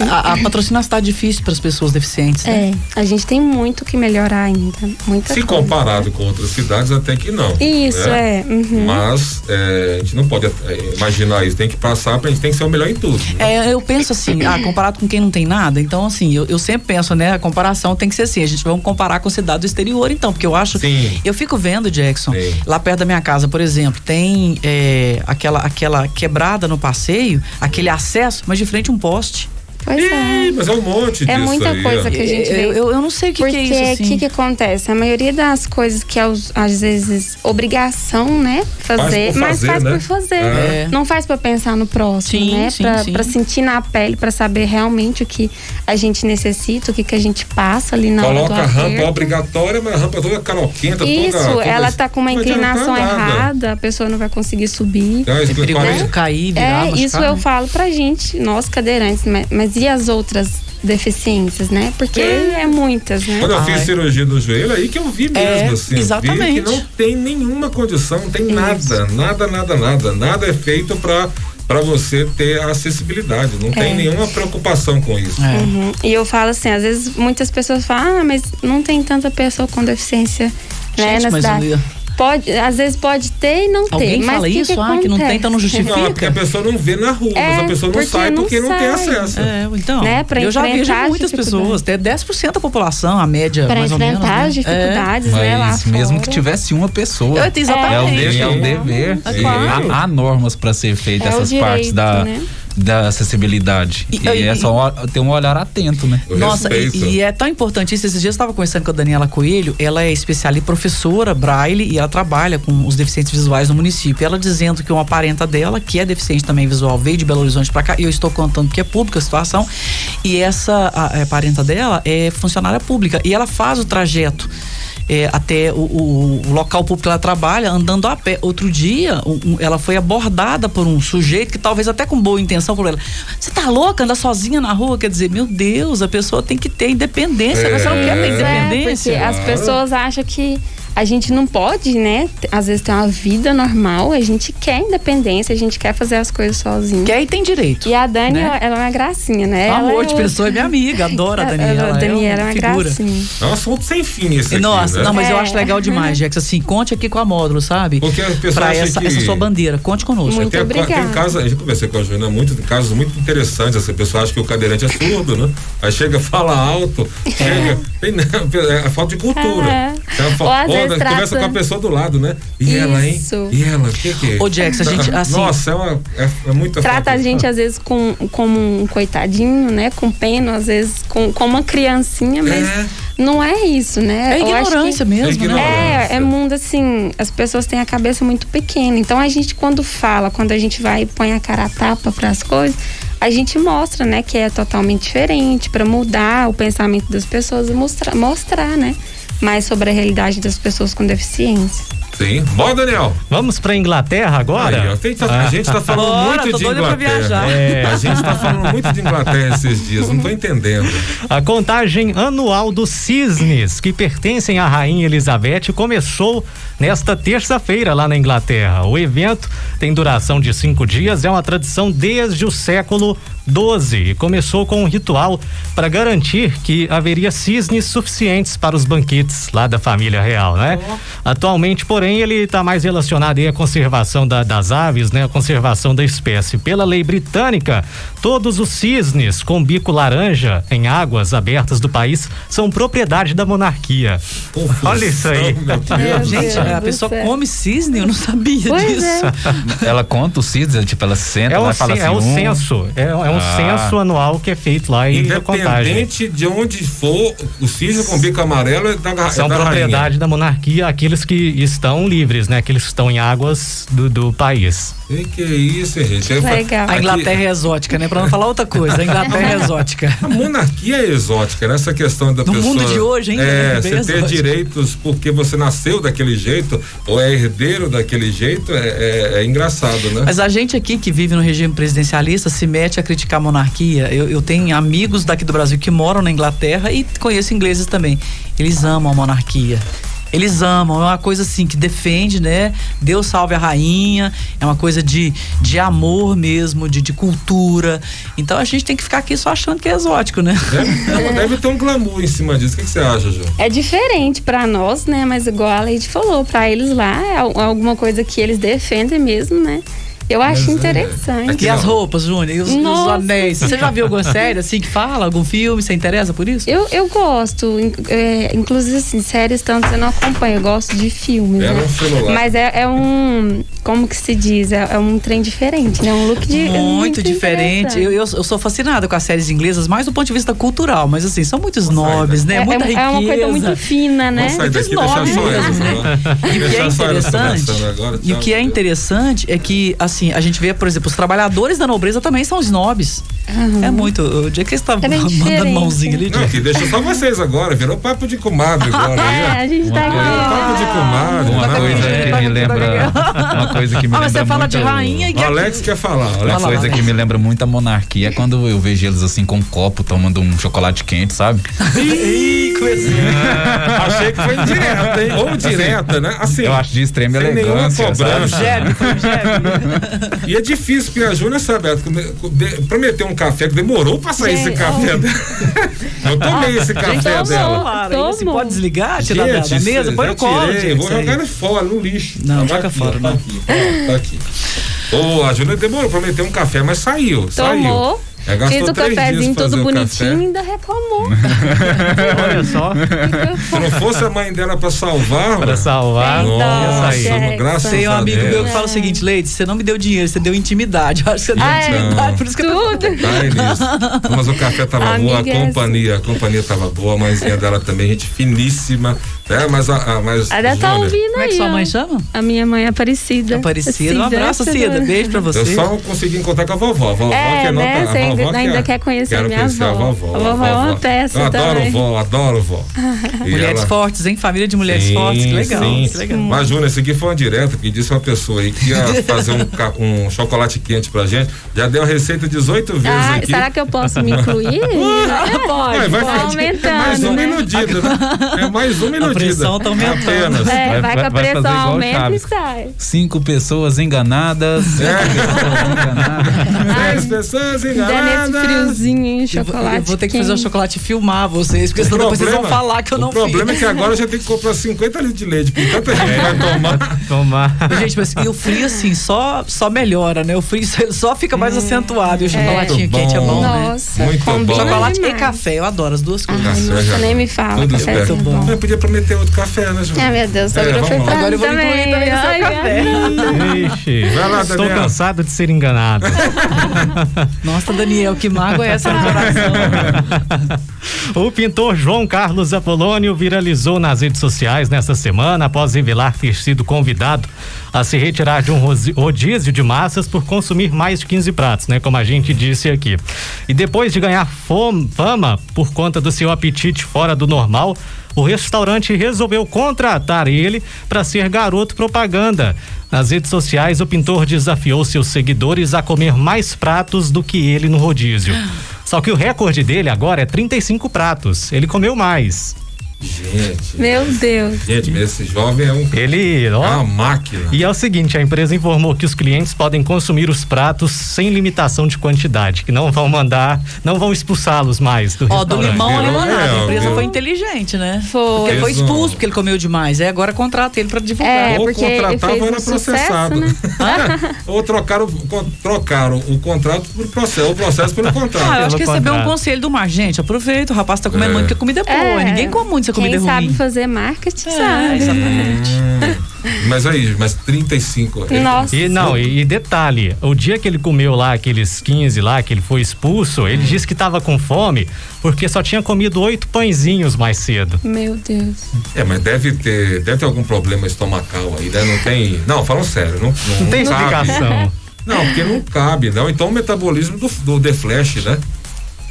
Speaker 1: a, a patrocinar está difícil para as pessoas deficientes, né?
Speaker 8: É, a gente tem muito que melhorar ainda. Muita
Speaker 5: Se
Speaker 8: coisa.
Speaker 5: comparado com outras cidades, até que não.
Speaker 8: Tá Isso,
Speaker 5: né?
Speaker 8: é. uhum.
Speaker 5: Mas é, a gente não pode é, imaginar isso. Tem que passar, pra gente tem que ser o melhor em tudo. né?
Speaker 1: É, eu penso assim, ah, comparado com quem não tem nada, então assim, eu, eu sempre penso, né, a comparação tem que ser assim, a gente vamos comparar com cidade do exterior então, porque eu acho,
Speaker 5: Sim.
Speaker 1: eu fico vendo, Jackson,
Speaker 5: Sim.
Speaker 1: lá perto da minha casa, por exemplo, tem é, aquela, aquela quebrada no passeio, aquele acesso, mas de frente um poste.
Speaker 8: Pois é.
Speaker 5: Ih, mas é um monte
Speaker 8: É
Speaker 5: disso
Speaker 8: muita
Speaker 5: aí,
Speaker 8: coisa
Speaker 5: ó.
Speaker 8: que a gente vê.
Speaker 1: eu, eu, eu não sei o que, que
Speaker 8: Porque
Speaker 1: é
Speaker 8: o
Speaker 1: isso, assim.
Speaker 8: que, que acontece? A maioria das coisas que é, os- às vezes, obrigação, né? Fazer,
Speaker 5: por
Speaker 8: mas
Speaker 5: fazer,
Speaker 8: faz
Speaker 5: né?
Speaker 8: por fazer.
Speaker 5: É.
Speaker 8: Não faz pra pensar no próximo,
Speaker 1: Sim,
Speaker 8: né?
Speaker 1: sim,
Speaker 8: pra,
Speaker 1: sim.
Speaker 8: pra sentir na pele, pra saber realmente o que a gente necessita, o que, que a gente passa ali na hora
Speaker 5: Coloca
Speaker 8: do
Speaker 5: a rampa
Speaker 8: aperto.
Speaker 5: obrigatória, mas a rampa toda caloquenta,
Speaker 8: Isso,
Speaker 5: toda. toda-
Speaker 8: ela tá com uma
Speaker 5: não adianta
Speaker 8: inclinação
Speaker 5: nada.
Speaker 8: errada, a pessoa não vai conseguir subir.
Speaker 5: Então,
Speaker 1: É
Speaker 5: isso que eu
Speaker 1: perigoso
Speaker 5: falei,
Speaker 1: cair, virar,
Speaker 8: É,
Speaker 1: machucar,
Speaker 8: isso eu
Speaker 1: né?
Speaker 8: falo pra gente, nós cadeirantes, mas, mas e as outras deficiências, né? Porque é muitas, né?
Speaker 5: Quando eu
Speaker 1: Ai.
Speaker 5: fiz cirurgia do joelho, aí que eu vi mesmo,
Speaker 1: É,
Speaker 5: assim.
Speaker 1: exatamente.
Speaker 5: Vi que não tem nenhuma condição, não tem nada, nada, nada, nada. Nada é feito pra, pra você ter acessibilidade. Não
Speaker 8: É.
Speaker 5: tem nenhuma preocupação com isso.
Speaker 1: É.
Speaker 8: Uhum. E eu falo assim, às vezes muitas pessoas falam, ah, mas não tem tanta pessoa com deficiência, né,
Speaker 1: Gente,
Speaker 8: na
Speaker 1: mas
Speaker 8: cidade.
Speaker 1: eu-
Speaker 8: Pode, às vezes pode ter e não
Speaker 1: Alguém
Speaker 8: ter. mas
Speaker 1: fala
Speaker 8: o que
Speaker 1: isso? Ah, que não tem, então não
Speaker 8: acontece?
Speaker 1: justifica.
Speaker 5: Não, é porque a pessoa não vê na rua, mas
Speaker 8: É,
Speaker 5: a pessoa não
Speaker 8: porque
Speaker 5: sai
Speaker 8: não
Speaker 5: porque não tem
Speaker 8: sai.
Speaker 5: acesso.
Speaker 1: É, então.
Speaker 8: Né, pra
Speaker 1: eu já vejo
Speaker 8: enfrentar as
Speaker 1: muitas
Speaker 8: dificuldades.
Speaker 1: pessoas, até 10% da população, a média
Speaker 8: Pra
Speaker 1: mais ou menos.
Speaker 8: enfrentar
Speaker 1: né?
Speaker 8: as dificuldades, né, lá
Speaker 7: Mas mesmo
Speaker 8: fora.
Speaker 7: que tivesse uma pessoa.
Speaker 1: É. Eu-
Speaker 7: É o
Speaker 1: Exatamente.
Speaker 7: dever. É o dever.
Speaker 1: É claro.
Speaker 7: Há, há normas para ser feitas
Speaker 8: É o
Speaker 7: essas partes
Speaker 8: direito,
Speaker 7: da,
Speaker 8: né?
Speaker 7: da acessibilidade.
Speaker 1: E-
Speaker 7: E,
Speaker 1: e-
Speaker 7: é só ter um olhar atento, né?
Speaker 5: Eu
Speaker 1: Nossa, e,
Speaker 5: respeito.
Speaker 1: e é tão importante isso. Esses dias eu estava conversando com a Daniela Coelho, ela é especialista e professora Braille e ela trabalha com os deficientes visuais no município. Ela dizendo que uma parenta dela, que é deficiente também visual, veio de Belo Horizonte para cá, e eu estou contando que é pública a situação, e essa a- a parenta dela é funcionária pública e ela faz o trajeto. é, até o, o- o local público que ela trabalha, andando a pé. Outro dia, um- um- ela foi abordada por um sujeito que talvez até com boa intenção falou ela, você tá louca andar sozinha na rua? Quer dizer, meu Deus, a pessoa tem que ter independência. Você não quer ter
Speaker 8: Pois é,
Speaker 1: independência?
Speaker 8: porque as pessoas acham que a gente não pode, né? t- Às vezes ter uma vida normal, a gente quer independência, a gente quer fazer as coisas sozinho.
Speaker 1: Quer e tem direito.
Speaker 8: E a Dani,
Speaker 1: Né?
Speaker 8: ela- ela é uma gracinha, né? Ela
Speaker 1: Amor
Speaker 8: é
Speaker 1: de
Speaker 8: outra.
Speaker 1: pessoa é minha amiga,
Speaker 8: [LAUGHS]
Speaker 1: adora a Daniela.
Speaker 8: A Daniela é uma
Speaker 1: figura.
Speaker 8: gracinha.
Speaker 5: É um assunto sem fim esse aqui,
Speaker 1: Nossa,
Speaker 5: né?
Speaker 1: não, mas eu
Speaker 8: É.
Speaker 1: acho legal demais, Jex. Assim, conte aqui com a módulo, sabe?
Speaker 5: Porque o pessoal
Speaker 1: pra
Speaker 5: acha
Speaker 1: essa,
Speaker 5: que-
Speaker 1: essa sua bandeira. Conte conosco.
Speaker 8: Muito
Speaker 5: Tem,
Speaker 8: obrigada.
Speaker 5: tem casos, eu já conversei com a Joana, muito, tem casos muito interessantes. Essa pessoa acha que o cadeirante é surdo, né? Aí chega, fala alto, chega. Tem, né? é falta de cultura.
Speaker 8: É.
Speaker 5: Ela fala,
Speaker 8: Ou às
Speaker 5: "Ô,
Speaker 8: vezes
Speaker 5: né, conversa
Speaker 8: trata-
Speaker 5: com a pessoa do lado, né? E ela, hein?
Speaker 8: Isso.
Speaker 5: E ela, o que que é?
Speaker 1: Ô, Jackson, a gente, assim-
Speaker 5: [LAUGHS] Nossa, é, uma, é, é muita
Speaker 8: Trata
Speaker 5: falta
Speaker 8: a
Speaker 5: [LAUGHS] de-
Speaker 8: gente, às vezes, com, como um coitadinho, né? Com pena, às vezes, com, como uma criancinha, mas
Speaker 5: É.
Speaker 8: não é isso, né?
Speaker 1: É
Speaker 8: Eu acho que-
Speaker 1: ignorância
Speaker 5: É
Speaker 1: mesmo, né?
Speaker 5: ignorância.
Speaker 8: É, é mundo assim, as pessoas têm a cabeça muito pequena. Então a gente quando fala, quando a gente vai e põe a cara a tapa para as coisas, a gente mostra, né, que é totalmente diferente para mudar o pensamento das pessoas e mostrar, mostrar, né, mais sobre a realidade das pessoas com deficiência. assim.
Speaker 5: Sim. Bora, Daniel.
Speaker 6: Vamos pra Inglaterra
Speaker 5: Aí, ó,
Speaker 6: agora?
Speaker 5: tem- a gente tá falando
Speaker 1: Bora,
Speaker 5: muito
Speaker 1: tô
Speaker 5: de
Speaker 1: doida pra
Speaker 5: Inglaterra.
Speaker 1: viajar.
Speaker 6: É.
Speaker 5: A gente tá falando muito de Inglaterra esses dias, não tô entendendo.
Speaker 6: A contagem anual dos cisnes que pertencem à Rainha Elizabeth começou nesta terça-feira lá na Inglaterra. O evento tem duração de cinco dias, é uma tradição desde o século XII e começou com um ritual para garantir que haveria cisnes suficientes para os banquetes lá da família real, né? Atualmente, porém, ele está mais relacionado aí à conservação da- das aves, né? A conservação da espécie. Pela lei britânica, todos os cisnes com bico laranja em águas abertas do país são propriedade da monarquia.
Speaker 5: Confusão,
Speaker 6: Olha isso aí.
Speaker 5: meu
Speaker 6: É.
Speaker 5: Deus.
Speaker 8: Meu Deus
Speaker 1: Gente, a
Speaker 8: do
Speaker 1: pessoa
Speaker 8: céu.
Speaker 1: come cisne, eu não sabia [LAUGHS]
Speaker 8: Pois
Speaker 1: disso.
Speaker 8: é.
Speaker 7: Ela conta o CID, tipo, ela senta,
Speaker 6: É um,
Speaker 7: ela fala
Speaker 6: cen-
Speaker 7: assim.
Speaker 6: é um
Speaker 7: um,
Speaker 6: censo, é, é um
Speaker 7: Ah.
Speaker 6: censo anual que é feito lá e a contagem.
Speaker 5: Independente de onde for, o cisne com bico amarelo é da, ga- é
Speaker 6: São
Speaker 5: da
Speaker 6: propriedade
Speaker 5: rainha.
Speaker 6: da monarquia aqueles que estão livres, né? Aqueles que estão em águas do, do
Speaker 5: [LAUGHS]
Speaker 6: país.
Speaker 5: E que isso, hein, gente? Eu fa-
Speaker 8: Legal.
Speaker 1: A
Speaker 5: Aqui-
Speaker 1: Inglaterra é exótica, né? Pra não falar outra coisa, a Inglaterra é
Speaker 8: [LAUGHS]
Speaker 1: exótica.
Speaker 5: A monarquia é exótica, né? Essa questão da
Speaker 1: No
Speaker 5: pessoa.
Speaker 1: mundo de hoje, hein?
Speaker 5: É,
Speaker 1: É
Speaker 5: você
Speaker 1: bem
Speaker 5: ter
Speaker 1: exótico.
Speaker 5: direitos porque você nasceu daquele jeito ou é herdeiro daquele jeito é, é- é engraçado, né?
Speaker 1: Mas a gente aqui que vive no regime presidencialista se mete a criticar a monarquia. Eu, eu tenho amigos daqui do Brasil que moram na Inglaterra e conheço ingleses também. Eles amam a monarquia. Eles amam, é uma coisa assim que defende, né? Deus salve a rainha, é uma coisa de, de amor mesmo, de, de cultura. Então a gente tem que ficar aqui só achando que é exótico, né?
Speaker 5: Deve, deve ter um glamour em cima disso. O que, que você acha, Ju?
Speaker 8: É diferente pra nós, né? Mas igual a Leide falou, pra eles lá é al- alguma coisa que eles defendem mesmo, né? Eu acho
Speaker 5: Mas é.
Speaker 8: interessante.
Speaker 5: Aqui-
Speaker 1: E as
Speaker 5: não.
Speaker 1: roupas, Júnior, e os, e os
Speaker 8: Nossa.
Speaker 1: anéis. Você já viu alguma série assim que fala, algum filme? Você interessa por isso?
Speaker 8: Eu, eu gosto, in- é, inclusive assim, séries tantas eu não acompanho, eu gosto de filmes,
Speaker 5: Era
Speaker 8: né?
Speaker 5: um celular.
Speaker 8: Mas é, é um, como que se diz? É, é um trem diferente, né? Um look de, é
Speaker 1: muito, diferente. Eu,
Speaker 8: interessante.
Speaker 1: eu, eu sou fascinada com as séries inglesas, mais do ponto de vista cultural, mas assim, são muito snobs, né?
Speaker 8: é,
Speaker 1: Muita
Speaker 8: é,
Speaker 1: riqueza.
Speaker 8: é uma coisa muito fina, né?
Speaker 5: Vamos sair daqui e deixar
Speaker 1: Desnobre
Speaker 5: só eles
Speaker 1: mesmo, né?
Speaker 5: agora.
Speaker 1: E o que é
Speaker 5: Deixar só eles
Speaker 1: interessante,
Speaker 5: conversando
Speaker 1: e
Speaker 5: agora, então,
Speaker 1: o
Speaker 5: tchau,
Speaker 1: que é
Speaker 5: adeus.
Speaker 1: interessante é que, assim, a gente vê, por exemplo, os trabalhadores da nobreza também são snobs. É muito. O dia que você está
Speaker 8: É bem
Speaker 1: mandando
Speaker 8: diferente.
Speaker 1: mãozinha ali,
Speaker 5: Não,
Speaker 1: Jack.
Speaker 5: que deixa só vocês agora, virou papo de comadre agora.
Speaker 8: É,
Speaker 5: né?
Speaker 8: a gente tá
Speaker 5: Papo de
Speaker 8: aqui.
Speaker 5: comadre.
Speaker 7: Uma
Speaker 5: né?
Speaker 7: coisa
Speaker 1: gente,
Speaker 7: que
Speaker 1: tá
Speaker 7: me
Speaker 1: muito
Speaker 7: lembra.
Speaker 1: legal.
Speaker 7: [LAUGHS] Uma coisa que me
Speaker 1: Ah,
Speaker 7: lembra.
Speaker 1: mas você fala
Speaker 7: muito-
Speaker 1: de rainha e
Speaker 5: O
Speaker 1: que
Speaker 5: Alex quer falar. Alex,
Speaker 7: Uma
Speaker 1: Fala
Speaker 7: coisa
Speaker 1: lá.
Speaker 7: que me lembra muito a monarquia é quando eu vejo eles assim com um copo tomando um chocolate quente, sabe?
Speaker 1: Ih, coisinha.
Speaker 5: Achei que foi indireta, hein? Ou direta, né? Assim,
Speaker 7: Eu acho de extrema
Speaker 5: sem nenhuma
Speaker 7: elegância. sabe?
Speaker 5: cobrança.
Speaker 1: Jebe, foi um jebe.
Speaker 5: E é difícil, porque a Júlia sabe, ela come- de- prometeu um café que demorou pra sair
Speaker 8: Gente,
Speaker 5: esse café dela. [LAUGHS] Eu tomei esse café
Speaker 8: tomou.
Speaker 5: dela.
Speaker 1: Para, ainda se
Speaker 8: Tomo.
Speaker 1: pode desligar, tirar da, da
Speaker 5: isso-
Speaker 1: mesa, põe
Speaker 5: já
Speaker 1: no colo,
Speaker 5: tirei,
Speaker 1: gente.
Speaker 5: Vou
Speaker 1: isso aí.
Speaker 5: jogar ele fora, no lixo.
Speaker 1: Não,
Speaker 5: Tá
Speaker 1: joga
Speaker 5: aqui,
Speaker 1: fora,
Speaker 5: ó,
Speaker 1: não.
Speaker 5: Tá aqui, ó, tá aqui. Ô, a Júlia demorou, prometeu um café, mas saiu. saiu.
Speaker 8: Tomou.
Speaker 5: Ela gastou
Speaker 8: Fiz o
Speaker 5: três dias
Speaker 8: cafezinho
Speaker 5: pra fazer
Speaker 8: todo
Speaker 5: o café.
Speaker 8: bonitinho e ainda reclamou.
Speaker 6: Olha só,
Speaker 5: Se não fosse a mãe dela pra salvar,
Speaker 6: para
Speaker 5: mano,
Speaker 6: salvar.
Speaker 8: Então,
Speaker 5: Nossa,
Speaker 6: essa
Speaker 8: Jackson.
Speaker 5: mano, graças
Speaker 1: tá, Tem um
Speaker 5: a
Speaker 1: amigo
Speaker 5: Deus.
Speaker 1: meu que
Speaker 8: É.
Speaker 1: fala o seguinte, Leide, você não me deu dinheiro, você deu intimidade. Eu acho que você deu
Speaker 8: Ah, é?
Speaker 1: intimidade, por isso que eu tô
Speaker 8: Tudo.
Speaker 5: Ai, Tá nisso. Mas o café tava boa,
Speaker 8: Amiga,
Speaker 5: a
Speaker 8: é assim.
Speaker 5: companhia, a companhia tava boa, a mãezinha dela também, gente finíssima, né? Mas a, a mas
Speaker 8: Ela tá
Speaker 5: Júlia,
Speaker 8: ouvindo
Speaker 1: Como é
Speaker 8: aí.
Speaker 1: que sua mãe
Speaker 8: ó.
Speaker 1: chama?
Speaker 8: A minha mãe é Aparecida.
Speaker 1: Aparecida. Um abraço, Cida.
Speaker 8: Aparecida.
Speaker 1: Beijo pra você.
Speaker 5: Eu um só consegui encontrar com a vovó. A vovó que
Speaker 8: É,
Speaker 5: não
Speaker 8: né?
Speaker 5: tá,
Speaker 8: Você
Speaker 5: a
Speaker 8: ainda-
Speaker 5: vovó que
Speaker 8: ainda
Speaker 5: é-
Speaker 8: quer conhecer a
Speaker 5: quero
Speaker 8: minha
Speaker 5: conhecer
Speaker 8: avó.
Speaker 5: A vovó.
Speaker 8: A vovó é uma peça
Speaker 5: Eu adoro
Speaker 8: também.
Speaker 5: vó, adoro
Speaker 8: [LAUGHS]
Speaker 5: vó. E
Speaker 1: Mulheres
Speaker 5: ela-
Speaker 1: fortes, hein? Família de mulheres fortes. Que legal,
Speaker 5: sim.
Speaker 1: que legal.
Speaker 5: Mas, Júnior, esse aqui foi uma direta que disse uma pessoa aí que
Speaker 8: [LAUGHS]
Speaker 5: ia fazer um, ca- um chocolate quente pra gente. Já deu a receita 18 vezes
Speaker 8: Ah,
Speaker 5: aqui.
Speaker 8: será que eu posso
Speaker 1: [LAUGHS]
Speaker 8: me incluir? pode,
Speaker 5: Ué, vai
Speaker 8: pode.
Speaker 5: ficar-
Speaker 8: Tá aumentando.
Speaker 1: um
Speaker 5: É mais uma
Speaker 8: né?
Speaker 5: iludida, né? É mais uma iludida.
Speaker 7: perdida.
Speaker 1: pressão tá aumentando.
Speaker 5: Apenas.
Speaker 8: É, vai,
Speaker 7: Vai-
Speaker 8: com
Speaker 7: vai-
Speaker 8: a
Speaker 7: vai fazer
Speaker 8: pressão,
Speaker 7: igual o
Speaker 8: aumenta e
Speaker 7: Chaves.
Speaker 8: sai.
Speaker 7: Cinco
Speaker 5: [LAUGHS]
Speaker 7: pessoas enganadas. Cinco pessoas enganadas.
Speaker 5: Três pessoas
Speaker 8: Dá nesse
Speaker 5: enganadas.
Speaker 8: friozinho,
Speaker 1: Eu vou-
Speaker 8: chocolate.
Speaker 1: eu vou ter que fazer o
Speaker 8: quente.
Speaker 1: chocolate e filmar vocês, porque senão depois vocês vão falar que eu não
Speaker 5: O problema
Speaker 1: fiz.
Speaker 5: é que agora eu já tenho que comprar 50 litros de leite, porque tanta gente
Speaker 1: [LAUGHS]
Speaker 5: vai tomar.
Speaker 6: Tomar.
Speaker 1: Gente, mas e o frio, assim, só, só melhora, né? O frio [LAUGHS] só fica mais acentuado. E o chocolatinho
Speaker 7: Muito
Speaker 1: quente Hum, é bom,
Speaker 7: bom.
Speaker 1: né?
Speaker 8: Nossa,
Speaker 5: Muito
Speaker 8: combina
Speaker 5: bom. Ah.
Speaker 1: Chocolate e
Speaker 8: demais.
Speaker 1: café, eu adoro as duas coisas.
Speaker 8: Ai,
Speaker 5: Nossa,
Speaker 8: nossa,
Speaker 5: já-
Speaker 8: nem me fala.
Speaker 5: Tudo
Speaker 8: café é
Speaker 5: esperto.
Speaker 8: tão bom.
Speaker 5: Eu podia prometer outro café, né, Ju?
Speaker 8: Ai, meu Deus,
Speaker 5: É,
Speaker 8: sobrou
Speaker 5: vamos
Speaker 8: pra
Speaker 5: lá.
Speaker 8: mim
Speaker 1: Agora eu vou
Speaker 8: também.
Speaker 1: incluir também o seu
Speaker 8: Ai,
Speaker 1: café.
Speaker 6: Ixi,
Speaker 5: Vai lá,
Speaker 6: estou
Speaker 5: Daniela.
Speaker 6: cansado de ser enganado.
Speaker 1: Nossa, Daniel, que mágoa é essa no
Speaker 5: [LAUGHS]
Speaker 1: coração?
Speaker 6: O pintor João Carlos Apolônio viralizou nas redes sociais nesta semana após revelar ter sido convidado a se retirar de um rosi- rodízio de massas por consumir mais de 15 pratos, né? Como a gente disse aqui. E depois de ganhar fom- fama por conta do seu apetite fora do normal, o restaurante resolveu contratar ele para ser garoto propaganda. Nas redes sociais, o pintor desafiou seus seguidores a comer mais pratos do que ele no rodízio.
Speaker 1: Ah.
Speaker 6: Só que o recorde dele agora é 35 pratos. Ele comeu mais.
Speaker 5: Gente,
Speaker 8: Meu Deus.
Speaker 5: gente, mas esse jovem é um.
Speaker 6: Ele,
Speaker 5: É
Speaker 6: ó.
Speaker 5: uma máquina.
Speaker 6: E é o seguinte, a empresa informou que os clientes podem consumir os pratos sem limitação de quantidade, que não vão mandar, não vão expulsá-los mais do
Speaker 1: Ó, do
Speaker 6: restaurante.
Speaker 1: limão à
Speaker 5: Virou,
Speaker 1: limonada.
Speaker 5: é,
Speaker 1: A empresa
Speaker 5: virou.
Speaker 1: foi inteligente, né? Porque
Speaker 8: Foi.
Speaker 1: ele foi
Speaker 5: Isso.
Speaker 1: expulso porque ele comeu demais. É, agora contrata ele pra divulgar.
Speaker 8: É,
Speaker 5: Ou
Speaker 8: porque
Speaker 5: contratava
Speaker 8: fez
Speaker 5: ou
Speaker 8: um
Speaker 5: era
Speaker 8: sucesso,
Speaker 5: [LAUGHS] processado. É.
Speaker 8: né?
Speaker 5: ou trocaram, o con- trocaram o contrato por processo, o processo pelo contrato.
Speaker 1: Ah, eu acho que
Speaker 6: Pelo
Speaker 1: recebeu um
Speaker 6: contrário.
Speaker 1: conselho do mar. Gente, aproveita, o rapaz tá comendo
Speaker 5: É.
Speaker 1: muito, porque a comida é boa.
Speaker 8: É,
Speaker 1: Ninguém come muito se a comida
Speaker 8: Quem
Speaker 1: é ruim.
Speaker 8: sabe fazer marketing,
Speaker 1: É,
Speaker 8: sabe?
Speaker 1: exatamente.
Speaker 5: Mas aí, mas 35.
Speaker 8: Nossa.
Speaker 6: E não, e, e detalhe, o dia que ele comeu lá aqueles 15 lá, que ele foi expulso,
Speaker 5: Hum.
Speaker 6: ele disse que tava com fome porque só tinha comido oito pãezinhos mais cedo.
Speaker 8: Meu Deus.
Speaker 5: É, mas deve ter, deve ter algum problema estomacal aí, né? Não tem. Não, falam sério, não, não,
Speaker 6: Não tem
Speaker 5: cabe. [LAUGHS]
Speaker 6: explicação.
Speaker 5: Não, porque não cabe, não. Então o metabolismo do, do The Flash, né?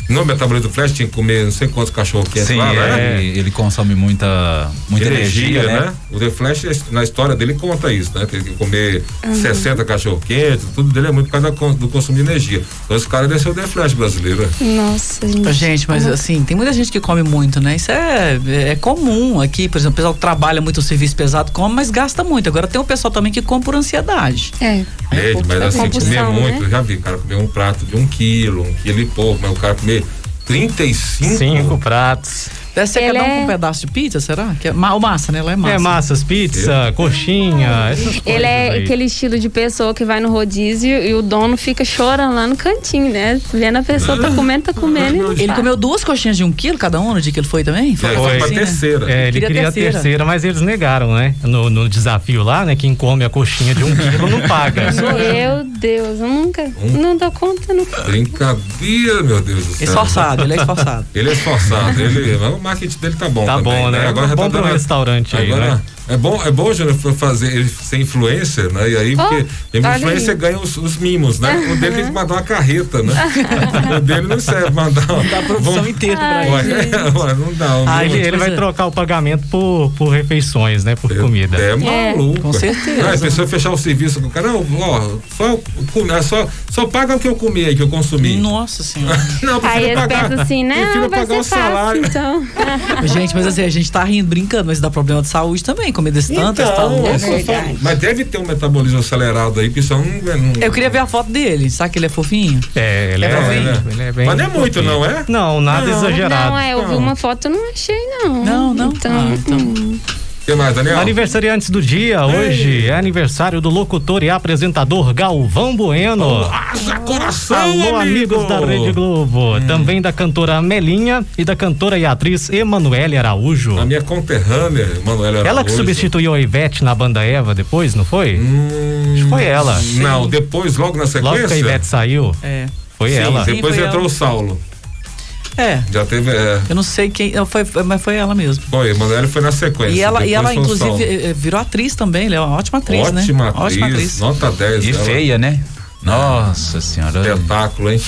Speaker 5: No metabolismo do Flash tinha que comer não sei quantos cachorro quentes
Speaker 7: Sim,
Speaker 5: lá, né?
Speaker 7: é, ele, ele consome muita, muita energia, né?
Speaker 5: O The Flash, na história dele, conta isso, né? Teve que comer 60 cachorro-quentes, tudo dele é muito por causa da con- do consumo de energia. Então esse cara deve ser o The Flash brasileiro. né?
Speaker 8: Nossa,
Speaker 1: Ô,
Speaker 8: gente.
Speaker 1: Gente, mas assim, tem muita gente que come muito, né? Isso é, é comum aqui, por exemplo, o pessoal que trabalha muito o serviço pesado come, mas gasta muito. Agora tem o pessoal também que come por ansiedade.
Speaker 8: É.
Speaker 1: É,
Speaker 5: Entende? mas
Speaker 1: é
Speaker 5: assim, comer
Speaker 8: compulsão,
Speaker 5: muito,
Speaker 8: né?
Speaker 5: eu já vi, o cara comer um prato de um quilo, um quilo e pouco, mas o cara comer 35.
Speaker 6: Cinco pratos.
Speaker 1: Deve ser
Speaker 8: Ele
Speaker 1: cada um com
Speaker 8: é-
Speaker 1: um pedaço de pizza, será? Que é ma ou massa, né? Ela é massa.
Speaker 6: É massas, pizza, coxinha, essas coisas.
Speaker 8: Ele é
Speaker 6: aí.
Speaker 8: aquele estilo de pessoa que vai no rodízio e o dono fica chorando lá no cantinho, né? Vendo a pessoa tá comendo, tá comendo. e não
Speaker 1: Ele
Speaker 8: faz.
Speaker 1: comeu duas coxinhas de um quilo cada um no dia que ele foi também?
Speaker 5: E aí foi pra
Speaker 1: assim, né?
Speaker 5: terceira.
Speaker 6: É, ele
Speaker 1: Queria
Speaker 6: queria a
Speaker 1: terceira.
Speaker 6: terceira, mas eles negaram, né? No, no desafio lá, né? Quem come a coxinha de um quilo não
Speaker 5: [LAUGHS]
Speaker 6: paga.
Speaker 5: é
Speaker 8: Meu Deus, eu nunca.
Speaker 5: Hum?
Speaker 8: Não dou conta, nunca.
Speaker 5: Brincadeira, meu Deus do céu.
Speaker 1: Esforçado, ele é esforçado.
Speaker 5: Ele é esforçado, ele, mas o marketing dele tá bom.
Speaker 6: Tá
Speaker 5: também,
Speaker 6: bom, né?
Speaker 5: Agora já
Speaker 6: Bom
Speaker 5: tá
Speaker 6: pro
Speaker 5: dando-
Speaker 6: restaurante aí,
Speaker 5: agora,
Speaker 6: né?
Speaker 5: É bom, é bom, Júnior, fa- fazer ele ser influencer, né? E aí,
Speaker 8: Oh,
Speaker 5: porque ele
Speaker 8: olha
Speaker 5: influencer
Speaker 8: aí.
Speaker 5: ganha os, os mimos, né? O dele tem que mandar uma carreta,
Speaker 8: [LAUGHS]
Speaker 5: né? o dele não serve mandar.
Speaker 1: Dá a profissão inteira pra ele.
Speaker 5: Ué, [LAUGHS] ué, não dá. o
Speaker 1: Ai,
Speaker 5: mimo-
Speaker 6: Ele, ele vai trocar o pagamento por, por refeições, né? Por comida.
Speaker 5: É,
Speaker 8: É,
Speaker 5: maluco.
Speaker 1: com certeza.
Speaker 5: Não, a pessoa fechar o serviço com o cara, não, ó, só, come- é só, só paga o que eu comi aí, que eu consumi.
Speaker 1: Nossa senhora.
Speaker 5: [LAUGHS] Não, eu
Speaker 8: Aí
Speaker 5: prefiro
Speaker 8: eles
Speaker 5: pagar-
Speaker 8: pensam assim, né?
Speaker 5: prefiro
Speaker 8: Vai
Speaker 5: pagar
Speaker 8: ser
Speaker 5: o salário.
Speaker 8: fácil,
Speaker 5: [LAUGHS]
Speaker 8: então.
Speaker 1: [LAUGHS] gente, mas assim, a gente tá rindo, brincando, mas dá problema de saúde também, comer desse tanto, esse tal.
Speaker 6: um
Speaker 5: Então,
Speaker 8: É
Speaker 5: eu só
Speaker 8: verdade.
Speaker 5: falo- mas deve ter um metabolismo acelerado aí, porque isso é um, não, não.
Speaker 1: Eu queria ver a foto dele, sabe que ele é fofinho?
Speaker 6: É, ele é,
Speaker 5: É,
Speaker 6: bem,
Speaker 5: né?
Speaker 6: ele é bem.
Speaker 5: Mas não é muito, não é?
Speaker 6: Não, nada
Speaker 5: Não,
Speaker 6: exagerado.
Speaker 8: Não, é, eu vi
Speaker 5: Não.
Speaker 8: uma foto e não achei, não.
Speaker 1: Não, não.
Speaker 8: Então,
Speaker 1: Ah, então.
Speaker 8: hum,
Speaker 5: O que mais, Daniel?
Speaker 6: Aniversariantes do dia, hoje é aniversário do locutor e apresentador Galvão Bueno.
Speaker 5: Haja coração,
Speaker 6: Alô,
Speaker 5: amigo. Hum.
Speaker 6: amigos da Rede Globo. Também da cantora Melinha e da cantora e atriz Emanuele Araújo.
Speaker 5: A minha conterrânea, Manuela
Speaker 6: Ela que
Speaker 5: Araújo. Hum,
Speaker 6: substituiu a Ivete na banda Eva depois, não foi? Acho que foi ela.
Speaker 5: Não, depois, logo na sequência.
Speaker 6: Logo que a Ivete saiu,
Speaker 1: É.
Speaker 6: foi
Speaker 5: Sim,
Speaker 6: ela.
Speaker 5: Depois
Speaker 1: Sim, foi
Speaker 5: entrou
Speaker 1: ela.
Speaker 5: o Saulo.
Speaker 1: É.
Speaker 5: Já teve. É,
Speaker 1: Eu não sei quem. não, Foi, foi- mas foi ela mesmo.
Speaker 5: foi, Manuela foi na sequência.
Speaker 1: E ela, e
Speaker 5: É, depois
Speaker 1: ela
Speaker 5: foi o Saulo.
Speaker 1: inclusive, eh, eh, virou atriz também. Ela é uma ótima atriz, né?
Speaker 5: Ótima atriz,
Speaker 1: Ótima atriz.
Speaker 5: nota 10.
Speaker 7: E
Speaker 5: ela.
Speaker 7: feia, né? Nossa senhora.
Speaker 5: Espetáculo, hein?
Speaker 1: [LAUGHS]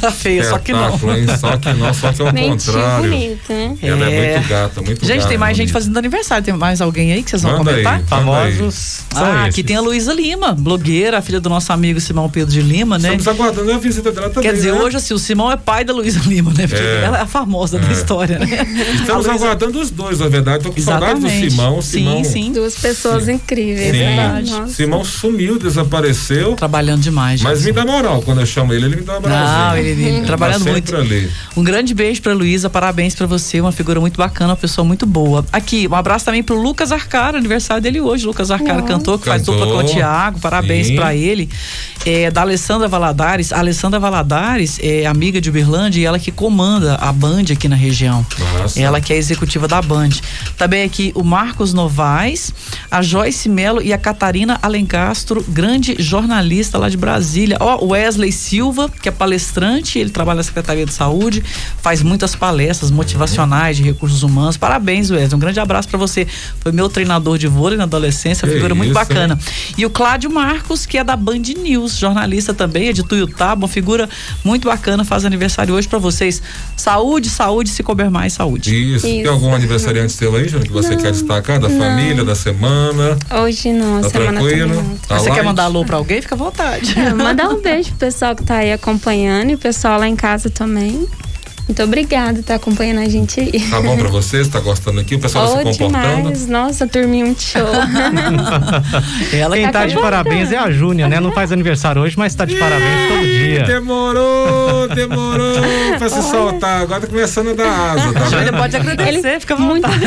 Speaker 1: Tá feia, só que não.
Speaker 5: Espetáculo, hein? Só que não, só que
Speaker 1: [LAUGHS]
Speaker 5: é o
Speaker 8: Mentira
Speaker 5: contrário.
Speaker 8: bonito, né?
Speaker 5: Ela é.
Speaker 1: É.
Speaker 5: muito gata, muito
Speaker 1: Gente,
Speaker 5: gata, é
Speaker 1: tem mais gente
Speaker 5: bonita.
Speaker 1: fazendo aniversário. Tem mais alguém aí que vocês vão
Speaker 5: Manda aí.
Speaker 1: comentar?
Speaker 6: Famosos são
Speaker 1: Ah,
Speaker 6: esses.
Speaker 1: aqui tem a Luísa Lima, blogueira, filha do nosso amigo Simão Pedro de Lima, né?
Speaker 5: Estamos aguardando a visita dela também.
Speaker 1: Quer dizer,
Speaker 5: né?
Speaker 1: hoje assim, o Simão é pai da Luísa Lima, né? Porque
Speaker 5: É.
Speaker 1: ela é a famosa da história, né?
Speaker 5: Estamos
Speaker 1: A Luísa-
Speaker 5: aguardando os dois, na verdade. Tô com saudade do
Speaker 1: Exatamente.
Speaker 5: Simão. Simão
Speaker 1: Sim, sim.
Speaker 8: Duas pessoas incríveis.
Speaker 5: Sim.
Speaker 8: né?
Speaker 5: Simão,
Speaker 8: Nossa.
Speaker 5: sumiu, desapareceu.
Speaker 1: Trabalhando demais.
Speaker 5: Mas
Speaker 1: gente.
Speaker 5: me dá moral quando eu chamo ele, ele me dá moral. Tá
Speaker 1: Não, ele, ele trabalhando muito.
Speaker 5: Ali.
Speaker 1: Um grande beijo pra Luísa, parabéns pra você, uma figura muito bacana, uma pessoa muito boa. Aqui, um abraço também pro Lucas Arcara, aniversário dele hoje. Lucas Arcara, cantor, que faz
Speaker 5: Cantor.
Speaker 1: dupla com o Tiago, parabéns
Speaker 5: Sim.
Speaker 1: pra ele. É, da Alessandra Valadares. A Alessandra Valadares é amiga de Uberlândia e ela que comanda a Band aqui na região.
Speaker 5: Nossa.
Speaker 1: Ela que é executiva da Band. Também aqui o Marcos Novaes, a Joyce Melo e a Catarina Alencastro, grande jornalista lá de Brasília. Ó, o Wesley Silva, que é palestrante, ele trabalha na Secretaria de Saúde, faz muitas palestras motivacionais de recursos humanos. Parabéns, Wesley. Um grande abraço pra você. Foi meu treinador de vôlei na adolescência,
Speaker 5: Que
Speaker 1: figura muito
Speaker 5: isso,
Speaker 1: bacana. E o Cláudio Marcos, que é da Band News, jornalista também, é de Tuiutaba, uma figura muito bacana, faz aniversário hoje pra vocês. Saúde, saúde, se comer mais, saúde.
Speaker 5: Isso. Tem
Speaker 8: Isso.
Speaker 5: algum aniversariante seu aí, Júnior, que você quer destacar? Da família, da semana?
Speaker 8: Hoje não,
Speaker 5: Tá
Speaker 8: semana
Speaker 5: tranquilo?
Speaker 8: também não.
Speaker 5: Tá
Speaker 1: Você
Speaker 5: light?
Speaker 1: quer mandar alô pra alguém? Fica à vontade.
Speaker 8: É, Mandar um beijo pro pessoal que tá aí acompanhando e o pessoal lá em casa também. Muito obrigada por tá acompanhando a gente aí.
Speaker 5: Tá bom pra vocês? Tá gostando aqui? O pessoal tá
Speaker 8: Oh,
Speaker 5: se comportando?
Speaker 8: demais. Nossa, turminha muito show.
Speaker 1: Ela
Speaker 6: Quem
Speaker 1: que
Speaker 6: tá de parabéns é a Júnia, né? Não faz aniversário hoje, mas tá de parabéns todo dia.
Speaker 5: Demorou, demorou pra se soltar. Agora tá começando a dar asa, tá
Speaker 1: Júlia,
Speaker 5: vendo?
Speaker 1: pode agradecer,
Speaker 8: Ele-
Speaker 1: fica à
Speaker 8: Muito
Speaker 1: vontade.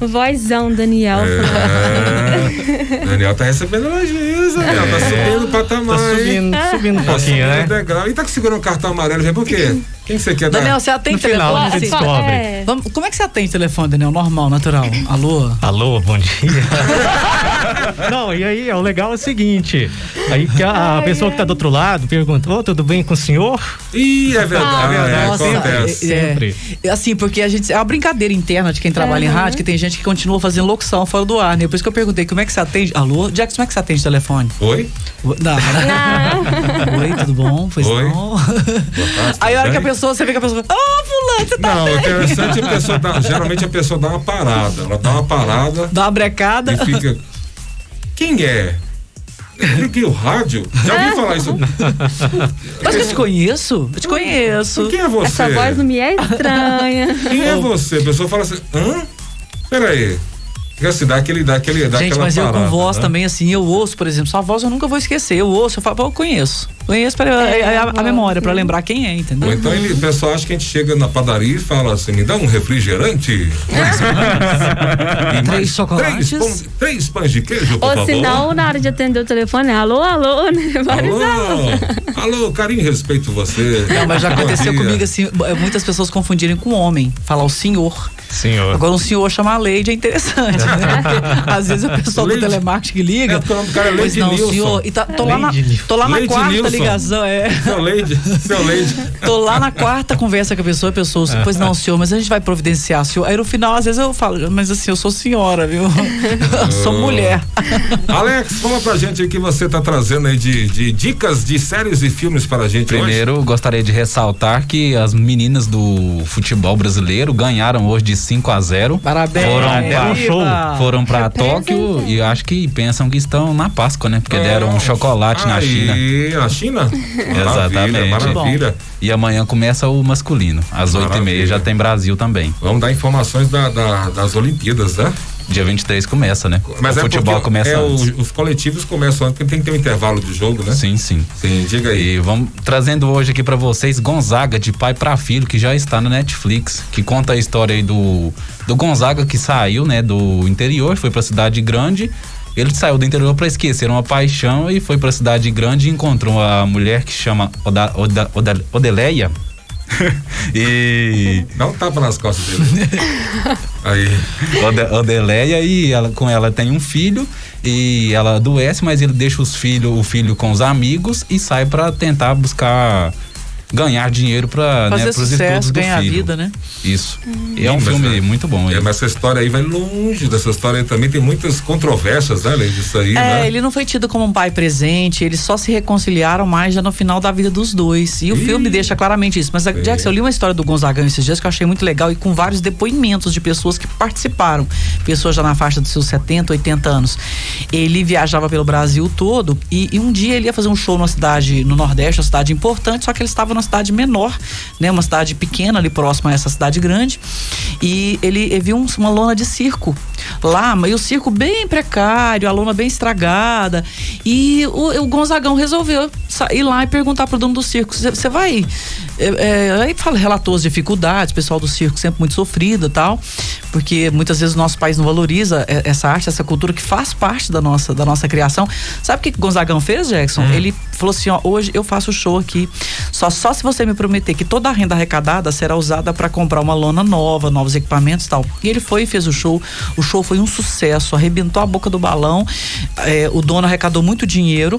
Speaker 5: [LAUGHS]
Speaker 8: Daniel. Vozão, Daniel.
Speaker 5: É. Daniel tá recebendo elogios, Daniel. Tá subindo o patamar.
Speaker 6: Tá
Speaker 5: hein?
Speaker 6: subindo, subindo um
Speaker 5: Tá
Speaker 6: pouquinho,
Speaker 5: subindo o
Speaker 6: né?
Speaker 5: degrau. E tá segurando o cartão amarelo já por quê? Quem que você quer dar?
Speaker 1: Daniel, você atende
Speaker 6: É. No final,
Speaker 1: telefone?
Speaker 6: a gente
Speaker 1: Assim,
Speaker 6: descobre.
Speaker 8: É.
Speaker 1: vamos- como é que você atende telefone, Daniel? Normal, natural.
Speaker 6: É.
Speaker 1: Alô?
Speaker 6: Alô, bom dia. [LAUGHS] Não, e aí, ó, o legal é o seguinte: aí que a, a pessoa que tá do outro lado pergunta, ô, tudo bem com o senhor?
Speaker 5: Ih, é verdade. é,
Speaker 1: Nossa,
Speaker 5: acontece.
Speaker 1: é- é-
Speaker 6: Sempre.
Speaker 1: é Assim, porque a gente. É uma brincadeira interna de quem trabalha em
Speaker 8: Aham.
Speaker 1: rádio, que tem gente que continua fazendo locução fora do ar, né? Por isso que eu perguntei como é que você atende. Alô, Jackson, como é que você atende telefone?
Speaker 5: Oi?
Speaker 1: Não. [LAUGHS] Oi, tudo bom? Pois
Speaker 5: Oi.
Speaker 1: não.
Speaker 5: tarde,
Speaker 1: Aí a hora
Speaker 5: tudo
Speaker 1: que a
Speaker 5: bem?
Speaker 1: pessoa, você vê que a pessoa fala, ô, fulano, você tá.
Speaker 5: Não, o interessante é a pessoa dar. Geralmente a pessoa dá uma parada. Ela dá uma parada
Speaker 1: Dá uma brecada.
Speaker 5: e fica. Quem é? Eu liguei o rádio? Já ouvi falar isso.
Speaker 1: Mas que eu te conheço? Eu te conheço.
Speaker 5: Quem é você?
Speaker 8: Essa voz não me é estranha.
Speaker 5: Quem é você? A pessoa fala assim, hã? Peraí. Fica assim, dá aquele, dá aquele, dá
Speaker 1: Gente,
Speaker 5: aquela
Speaker 1: mas eu com
Speaker 5: parada,
Speaker 1: voz
Speaker 5: né?
Speaker 1: também, assim, eu ouço, por exemplo, sua voz eu nunca vou esquecer. Eu ouço, eu falo, pô, eu conheço. Conheço pra, é, a, a
Speaker 8: voz,
Speaker 1: memória, pra
Speaker 8: né?
Speaker 1: lembrar quem é, entendeu?
Speaker 7: Uhum.
Speaker 5: Ou então ele, o pessoal acha que a gente chega na padaria e fala assim, me dá um refrigerante. E mais
Speaker 1: Três chocolates.
Speaker 5: Três pães, três pães de queijo, por
Speaker 8: Ou
Speaker 5: favor.
Speaker 8: senão, na hora de atender o telefone, é alô, alô, né? Vários
Speaker 5: Alô, alô, carinho, respeito você.
Speaker 1: Não, mas já
Speaker 5: Bom
Speaker 1: aconteceu
Speaker 5: dia.
Speaker 1: comigo assim, b- muitas pessoas confundirem com homem, falar o senhor.
Speaker 6: Senhor.
Speaker 1: Agora um senhor chamar a Leide é interessante,
Speaker 5: [LAUGHS]
Speaker 1: né? Porque, Às vezes o pessoal do
Speaker 5: Leide.
Speaker 1: telemarketing que liga.
Speaker 5: É, porque o nome do cara é
Speaker 1: pois
Speaker 5: Leide
Speaker 1: não,
Speaker 5: Nilson.
Speaker 1: senhor. E tá- tô, lá na,
Speaker 6: Leide Nilson.
Speaker 1: tô lá na
Speaker 5: Leide
Speaker 1: quarta
Speaker 5: Nilson.
Speaker 1: ligação, é.
Speaker 5: Seu Leide, seu Leide.
Speaker 1: Tô lá na quarta conversa com a pessoa, a
Speaker 5: [LAUGHS]
Speaker 1: pessoa, pois não, senhor, mas a gente vai providenciar, senhor. Aí no final, às vezes eu falo, mas assim, eu sou senhora, viu? [LAUGHS] Eu sou mulher.
Speaker 5: Alex, fala pra gente o que você tá trazendo aí de, de dicas de séries e filmes pra gente hoje.
Speaker 7: Primeiro, gostaria de ressaltar que as meninas do futebol brasileiro ganharam hoje de 5 a 0.
Speaker 1: Parabéns.
Speaker 7: Foram
Speaker 5: um
Speaker 7: pra
Speaker 1: Viva.
Speaker 6: show,
Speaker 7: Foram pra
Speaker 8: Representa.
Speaker 7: Tóquio e acho que pensam que estão na Páscoa, né? Porque deram um chocolate na
Speaker 5: É. Aí,
Speaker 7: China.
Speaker 5: Na China?
Speaker 7: Exatamente.
Speaker 5: Maravilha, maravilha.
Speaker 7: E amanhã começa o masculino. Às oito e
Speaker 5: Maravilha.
Speaker 7: meia já tem Brasil também.
Speaker 5: Vamos dar informações da- da- das Olimpíadas, né?
Speaker 7: Dia 23 começa, né? o
Speaker 5: é
Speaker 7: futebol
Speaker 5: porque
Speaker 7: começa
Speaker 5: é, o-
Speaker 7: antes.
Speaker 5: os coletivos começam antes, porque tem que ter um intervalo de jogo, né?
Speaker 7: Sim, sim.
Speaker 5: Sim, diga aí.
Speaker 7: E vamos trazendo hoje aqui pra vocês Gonzaga de pai pra filho, que já está na Netflix, que conta a história aí do do Gonzaga que saiu, né, do interior, foi pra cidade grande. Ele saiu do interior pra esquecer uma paixão e foi pra cidade grande e encontrou a mulher que chama Oda, Oda, Oda- [LAUGHS] Odeleia. e
Speaker 5: Dá um tapa nas costas
Speaker 7: [LAUGHS]
Speaker 5: dele. aí.
Speaker 7: Ode- Odeleia e ela, com ela tem um filho e ela adoece, mas ele deixa os filho, o filho com os amigos e sai pra tentar buscar ganhar dinheiro
Speaker 1: Fazer
Speaker 7: para né, os estudos
Speaker 1: sucesso,
Speaker 7: do
Speaker 1: ganhar a
Speaker 7: filho.
Speaker 1: vida, né?
Speaker 7: Isso. É um
Speaker 5: Mas,
Speaker 7: filme
Speaker 5: né?
Speaker 7: muito bom.
Speaker 5: É,
Speaker 7: ele.
Speaker 5: mas essa história aí vai longe dessa história aí também. Tem muitas controvérsias, né, além disso aí,
Speaker 1: É,
Speaker 5: né?
Speaker 1: ele não foi tido como um pai presente, eles só se reconciliaram mais já no final da vida dos dois. E o filme deixa claramente isso. Mas, Jackson, eu li uma história do Gonzagão esses dias que eu achei muito legal e com vários depoimentos de pessoas que participaram, pessoas já na faixa dos seus 70, 80 anos. Ele viajava pelo Brasil todo e, e um dia ele ia fazer um show numa cidade no Nordeste, uma cidade importante, só que ele estava numa cidade menor, né? Uma cidade pequena ali próxima a essa cidade grande. E ele, ele viu um- uma lona de circo lá, mas o circo bem precário, a lona bem estragada. E o, o Gonzagão resolveu sa- ir lá e perguntar pro dono do circo: você vai. é, é", aí fala, relatou as dificuldades, o pessoal do circo sempre muito sofrido e tal, porque muitas vezes o nosso país não valoriza é, essa arte, essa cultura que faz parte da nossa, da nossa criação. Sabe o que que o Gonzagão fez, Jackson? Ele falou assim: ó, hoje eu faço show aqui, só, só se você me prometer que toda a renda arrecadada será usada para comprar uma lona nova, novos equipamentos e tal. E ele foi e fez o show. O show foi um sucesso, arrebentou a boca do balão. É, o dono arrecadou muito dinheiro.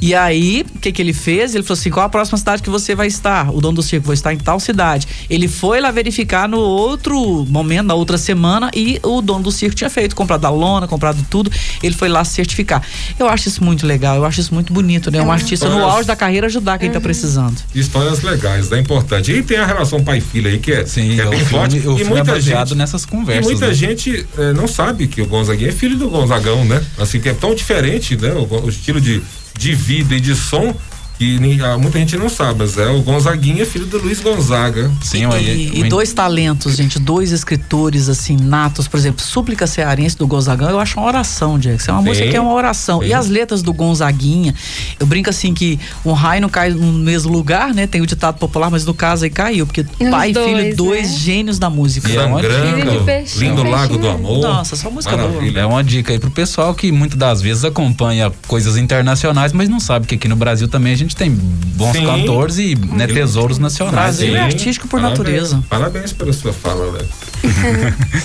Speaker 1: E aí, o que, que ele fez? Ele falou assim: qual a próxima cidade que você vai estar? O dono do circo vai estar em tal cidade. Ele foi lá verificar no outro momento, na outra semana, e o dono do circo tinha feito, comprado a lona, comprado tudo. Ele foi lá certificar. Eu acho isso muito legal, eu acho isso muito bonito, né? Um artista no auge da carreira ajudar quem tá precisando.
Speaker 5: Histórias legais, né? Importante. E tem a relação pai-filho aí, que é,
Speaker 7: Sim,
Speaker 5: que é
Speaker 7: o
Speaker 5: bem
Speaker 7: filme,
Speaker 5: forte.
Speaker 7: o filme
Speaker 5: e
Speaker 7: é
Speaker 5: muita
Speaker 7: baseado
Speaker 5: gente,
Speaker 7: nessas
Speaker 5: e
Speaker 7: conversas.
Speaker 5: muita
Speaker 7: né?
Speaker 5: gente eh, não sabe que o Gonzaguinha é filho do Gonzagão, né? Assim, que é tão diferente, né? O, go- o estilo de, de vida e de som que nem- ah, muita gente não sabe, mas é o Gonzaguinha é filho do Luiz Gonzaga.
Speaker 7: Sim,
Speaker 1: E-
Speaker 7: aí,
Speaker 1: E,
Speaker 7: é uma-
Speaker 1: dois talentos, gente, dois escritores assim natos, por exemplo, Súplica Cearense do Gonzagão, eu acho uma oração, Jackson. É uma
Speaker 5: Sim.
Speaker 1: música que é uma oração.
Speaker 5: Sim.
Speaker 1: E as letras do Gonzaguinha, eu brinco assim que um raio não cai no mesmo lugar, né? Tem o ditado popular, mas no caso aí caiu, porque
Speaker 8: E os
Speaker 1: pai e filho,
Speaker 8: dois,
Speaker 1: dois
Speaker 8: né?
Speaker 1: gênios da música.
Speaker 7: E é uma
Speaker 5: Sangrando,
Speaker 8: dica. Peixe-
Speaker 5: lindo
Speaker 8: peixe
Speaker 5: lago do
Speaker 8: mesmo.
Speaker 5: amor.
Speaker 1: um Nossa, só música boa.
Speaker 5: Maravilha.
Speaker 7: É uma dica aí pro pessoal que muitas das vezes acompanha coisas internacionais, mas não sabe que aqui no Brasil também a gente tem bons
Speaker 5: Sim.
Speaker 7: cantores e né, tesouros nacionais.
Speaker 1: Brasil
Speaker 5: Sim.
Speaker 1: é artístico por
Speaker 5: Parabéns.
Speaker 1: natureza.
Speaker 5: Parabéns pela sua fala, né? Alex.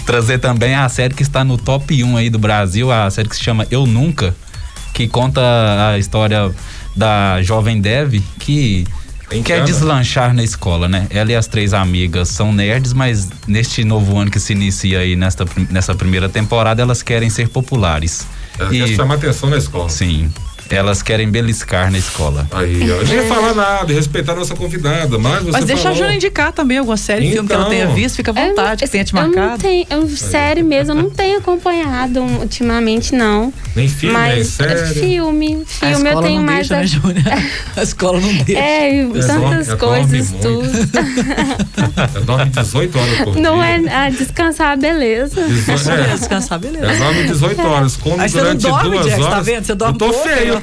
Speaker 7: Trazer também a série que está no top 1 aí do Brasil, a série que se chama Eu Nunca, que conta a história da jovem Dev que
Speaker 5: Tem
Speaker 7: quer
Speaker 5: cara.
Speaker 7: deslanchar na escola, né? Ela e as três amigas são nerds, mas neste novo ano que se inicia aí nesta, prim- nessa primeira temporada, elas querem ser populares.
Speaker 5: Ela
Speaker 7: E-
Speaker 5: quer chamar atenção na escola.
Speaker 7: Sim. Elas querem beliscar na escola.
Speaker 5: Aí, ó. Eu nem ia falar nada, ia respeitar a nossa convidada, mas você
Speaker 1: É. Mas deixa
Speaker 5: falou.
Speaker 1: a Jana indicar também alguma série, filme que ela
Speaker 5: Então.
Speaker 1: tenha visto, fica à
Speaker 8: Eu-
Speaker 1: vontade, que tenha te
Speaker 8: É, Eu não
Speaker 1: marcado.
Speaker 8: tenho, eu,
Speaker 5: é
Speaker 8: sério mesmo, eu não tenho acompanhado um- ultimamente, não.
Speaker 5: Nem filme, nem
Speaker 8: Mas é,
Speaker 5: série.
Speaker 8: filme,
Speaker 1: A
Speaker 8: filme eu
Speaker 1: escola
Speaker 8: tenho
Speaker 1: não
Speaker 8: mais.
Speaker 1: deixa, né,
Speaker 8: a-
Speaker 1: Júnior? A escola não deixa.
Speaker 8: [LAUGHS] É, e tantas
Speaker 5: dorme
Speaker 8: coisas,
Speaker 5: muito.
Speaker 8: tudo.
Speaker 5: Ela Dorme 18 horas por dia.
Speaker 8: Não é ah, descansar a beleza.
Speaker 5: Dezo-
Speaker 1: né? Deixa eu
Speaker 5: É,
Speaker 1: descansar, beleza.
Speaker 5: ela dorme 18 horas, come
Speaker 1: É. Aí você não
Speaker 5: durante
Speaker 1: dorme,
Speaker 5: duas
Speaker 1: Jack, tá
Speaker 5: horas.
Speaker 1: vendo? Você dorme
Speaker 5: Eu tô
Speaker 1: pouco. né?
Speaker 5: feio.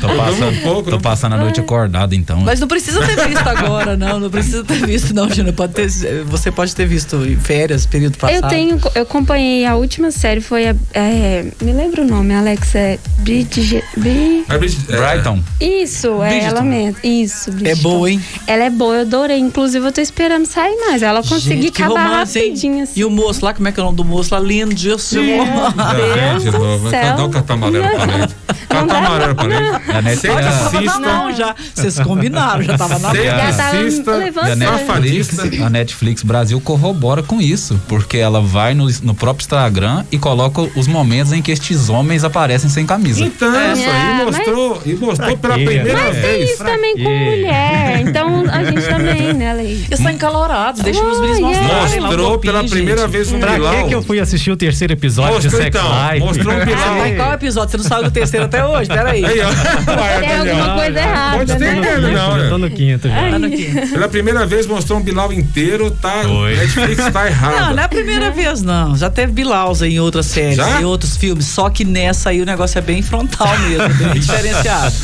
Speaker 7: Tô passando,
Speaker 5: um pouco,
Speaker 7: tô
Speaker 5: né?
Speaker 7: passando a noite acordado, então.
Speaker 1: Mas não precisa ter visto agora, não. Não precisa ter visto, não, Júnior. Pode ter, você pode ter visto em férias, período passado.
Speaker 8: Eu tenho, eu acompanhei a última série, foi a. é, me lembra o nome, Alex? É Bridget. Bri-
Speaker 5: É, Brid- é,
Speaker 7: Brighton.
Speaker 8: Isso, é
Speaker 1: Bridgerton.
Speaker 8: ela mesmo. Isso,
Speaker 1: É
Speaker 8: Bridgerton.
Speaker 1: boa, hein?
Speaker 8: Ela é boa, eu adorei. Inclusive, eu tô esperando sair mais. Ela consegui
Speaker 1: Gente, que
Speaker 8: acabar
Speaker 1: romance, hein?
Speaker 8: rapidinho, assim.
Speaker 1: E o moço lá, como é que é o nome do moço lá? Lindíssimo.
Speaker 5: é,
Speaker 8: Deus
Speaker 5: de
Speaker 8: Ah, do
Speaker 5: novo. Vai
Speaker 8: céu.
Speaker 5: Dá o cartão amarelo pra
Speaker 1: [LAUGHS]
Speaker 5: ele. Cartão amarelo pra
Speaker 6: é
Speaker 7: A
Speaker 5: ele.
Speaker 7: Netflix-
Speaker 5: Sem
Speaker 7: Olha,
Speaker 1: Tava na
Speaker 5: racista,
Speaker 1: mão já. Vocês combinaram, já tava na
Speaker 5: sem
Speaker 1: mão.
Speaker 7: Ela
Speaker 8: tava
Speaker 5: é racista,
Speaker 7: E a
Speaker 1: né?
Speaker 8: levantando.
Speaker 7: Netflix,
Speaker 6: é
Speaker 5: safadista.
Speaker 7: É, a Netflix Brasil corrobora com isso, porque ela vai no, no próprio Instagram e coloca os momentos em que estes homens aparecem sem camisa.
Speaker 5: Então,
Speaker 1: É.
Speaker 5: isso aí
Speaker 8: Ah, mas-
Speaker 5: mostrou, e mostrou pela
Speaker 6: quê,
Speaker 5: primeira
Speaker 6: né?
Speaker 8: Mas tem
Speaker 5: vez.
Speaker 8: isso também com
Speaker 6: quê?
Speaker 8: mulher. Então a gente também, né, Leide?
Speaker 1: Eles estão encalorados, deixa os meninos
Speaker 8: Oh, yeah.
Speaker 1: mostrarem lá um
Speaker 5: Mostrou
Speaker 1: pouquinho,
Speaker 5: pela primeira
Speaker 1: gente.
Speaker 5: vez um
Speaker 6: Pra
Speaker 5: Bilal.
Speaker 6: que, que eu fui assistir o terceiro episódio de
Speaker 5: Mostrou
Speaker 6: Sex
Speaker 5: então,
Speaker 6: Life?
Speaker 5: mostrou um
Speaker 1: Ah, mas qual
Speaker 5: Bilal.
Speaker 1: episódio? Você não saiu do terceiro até hoje? Peraí.
Speaker 5: Aí, ó.
Speaker 6: [LAUGHS]
Speaker 1: É
Speaker 8: Tem alguma coisa errada,
Speaker 5: Pode ter,
Speaker 8: né?
Speaker 5: né?
Speaker 6: Não,
Speaker 5: Não,
Speaker 6: eu
Speaker 5: né?
Speaker 6: tô no quinto já.
Speaker 1: Tá no quinto.
Speaker 5: Pela primeira vez mostrou um Bilal inteiro, tá?
Speaker 6: Foi.
Speaker 5: Netflix tá
Speaker 1: Não, não é
Speaker 5: errado.
Speaker 1: a primeira vez, não. Já teve Bilauza em outras séries,
Speaker 5: Já?
Speaker 1: em outros filmes. Só que nessa aí o negócio é bem frontal mesmo, bem diferenciado.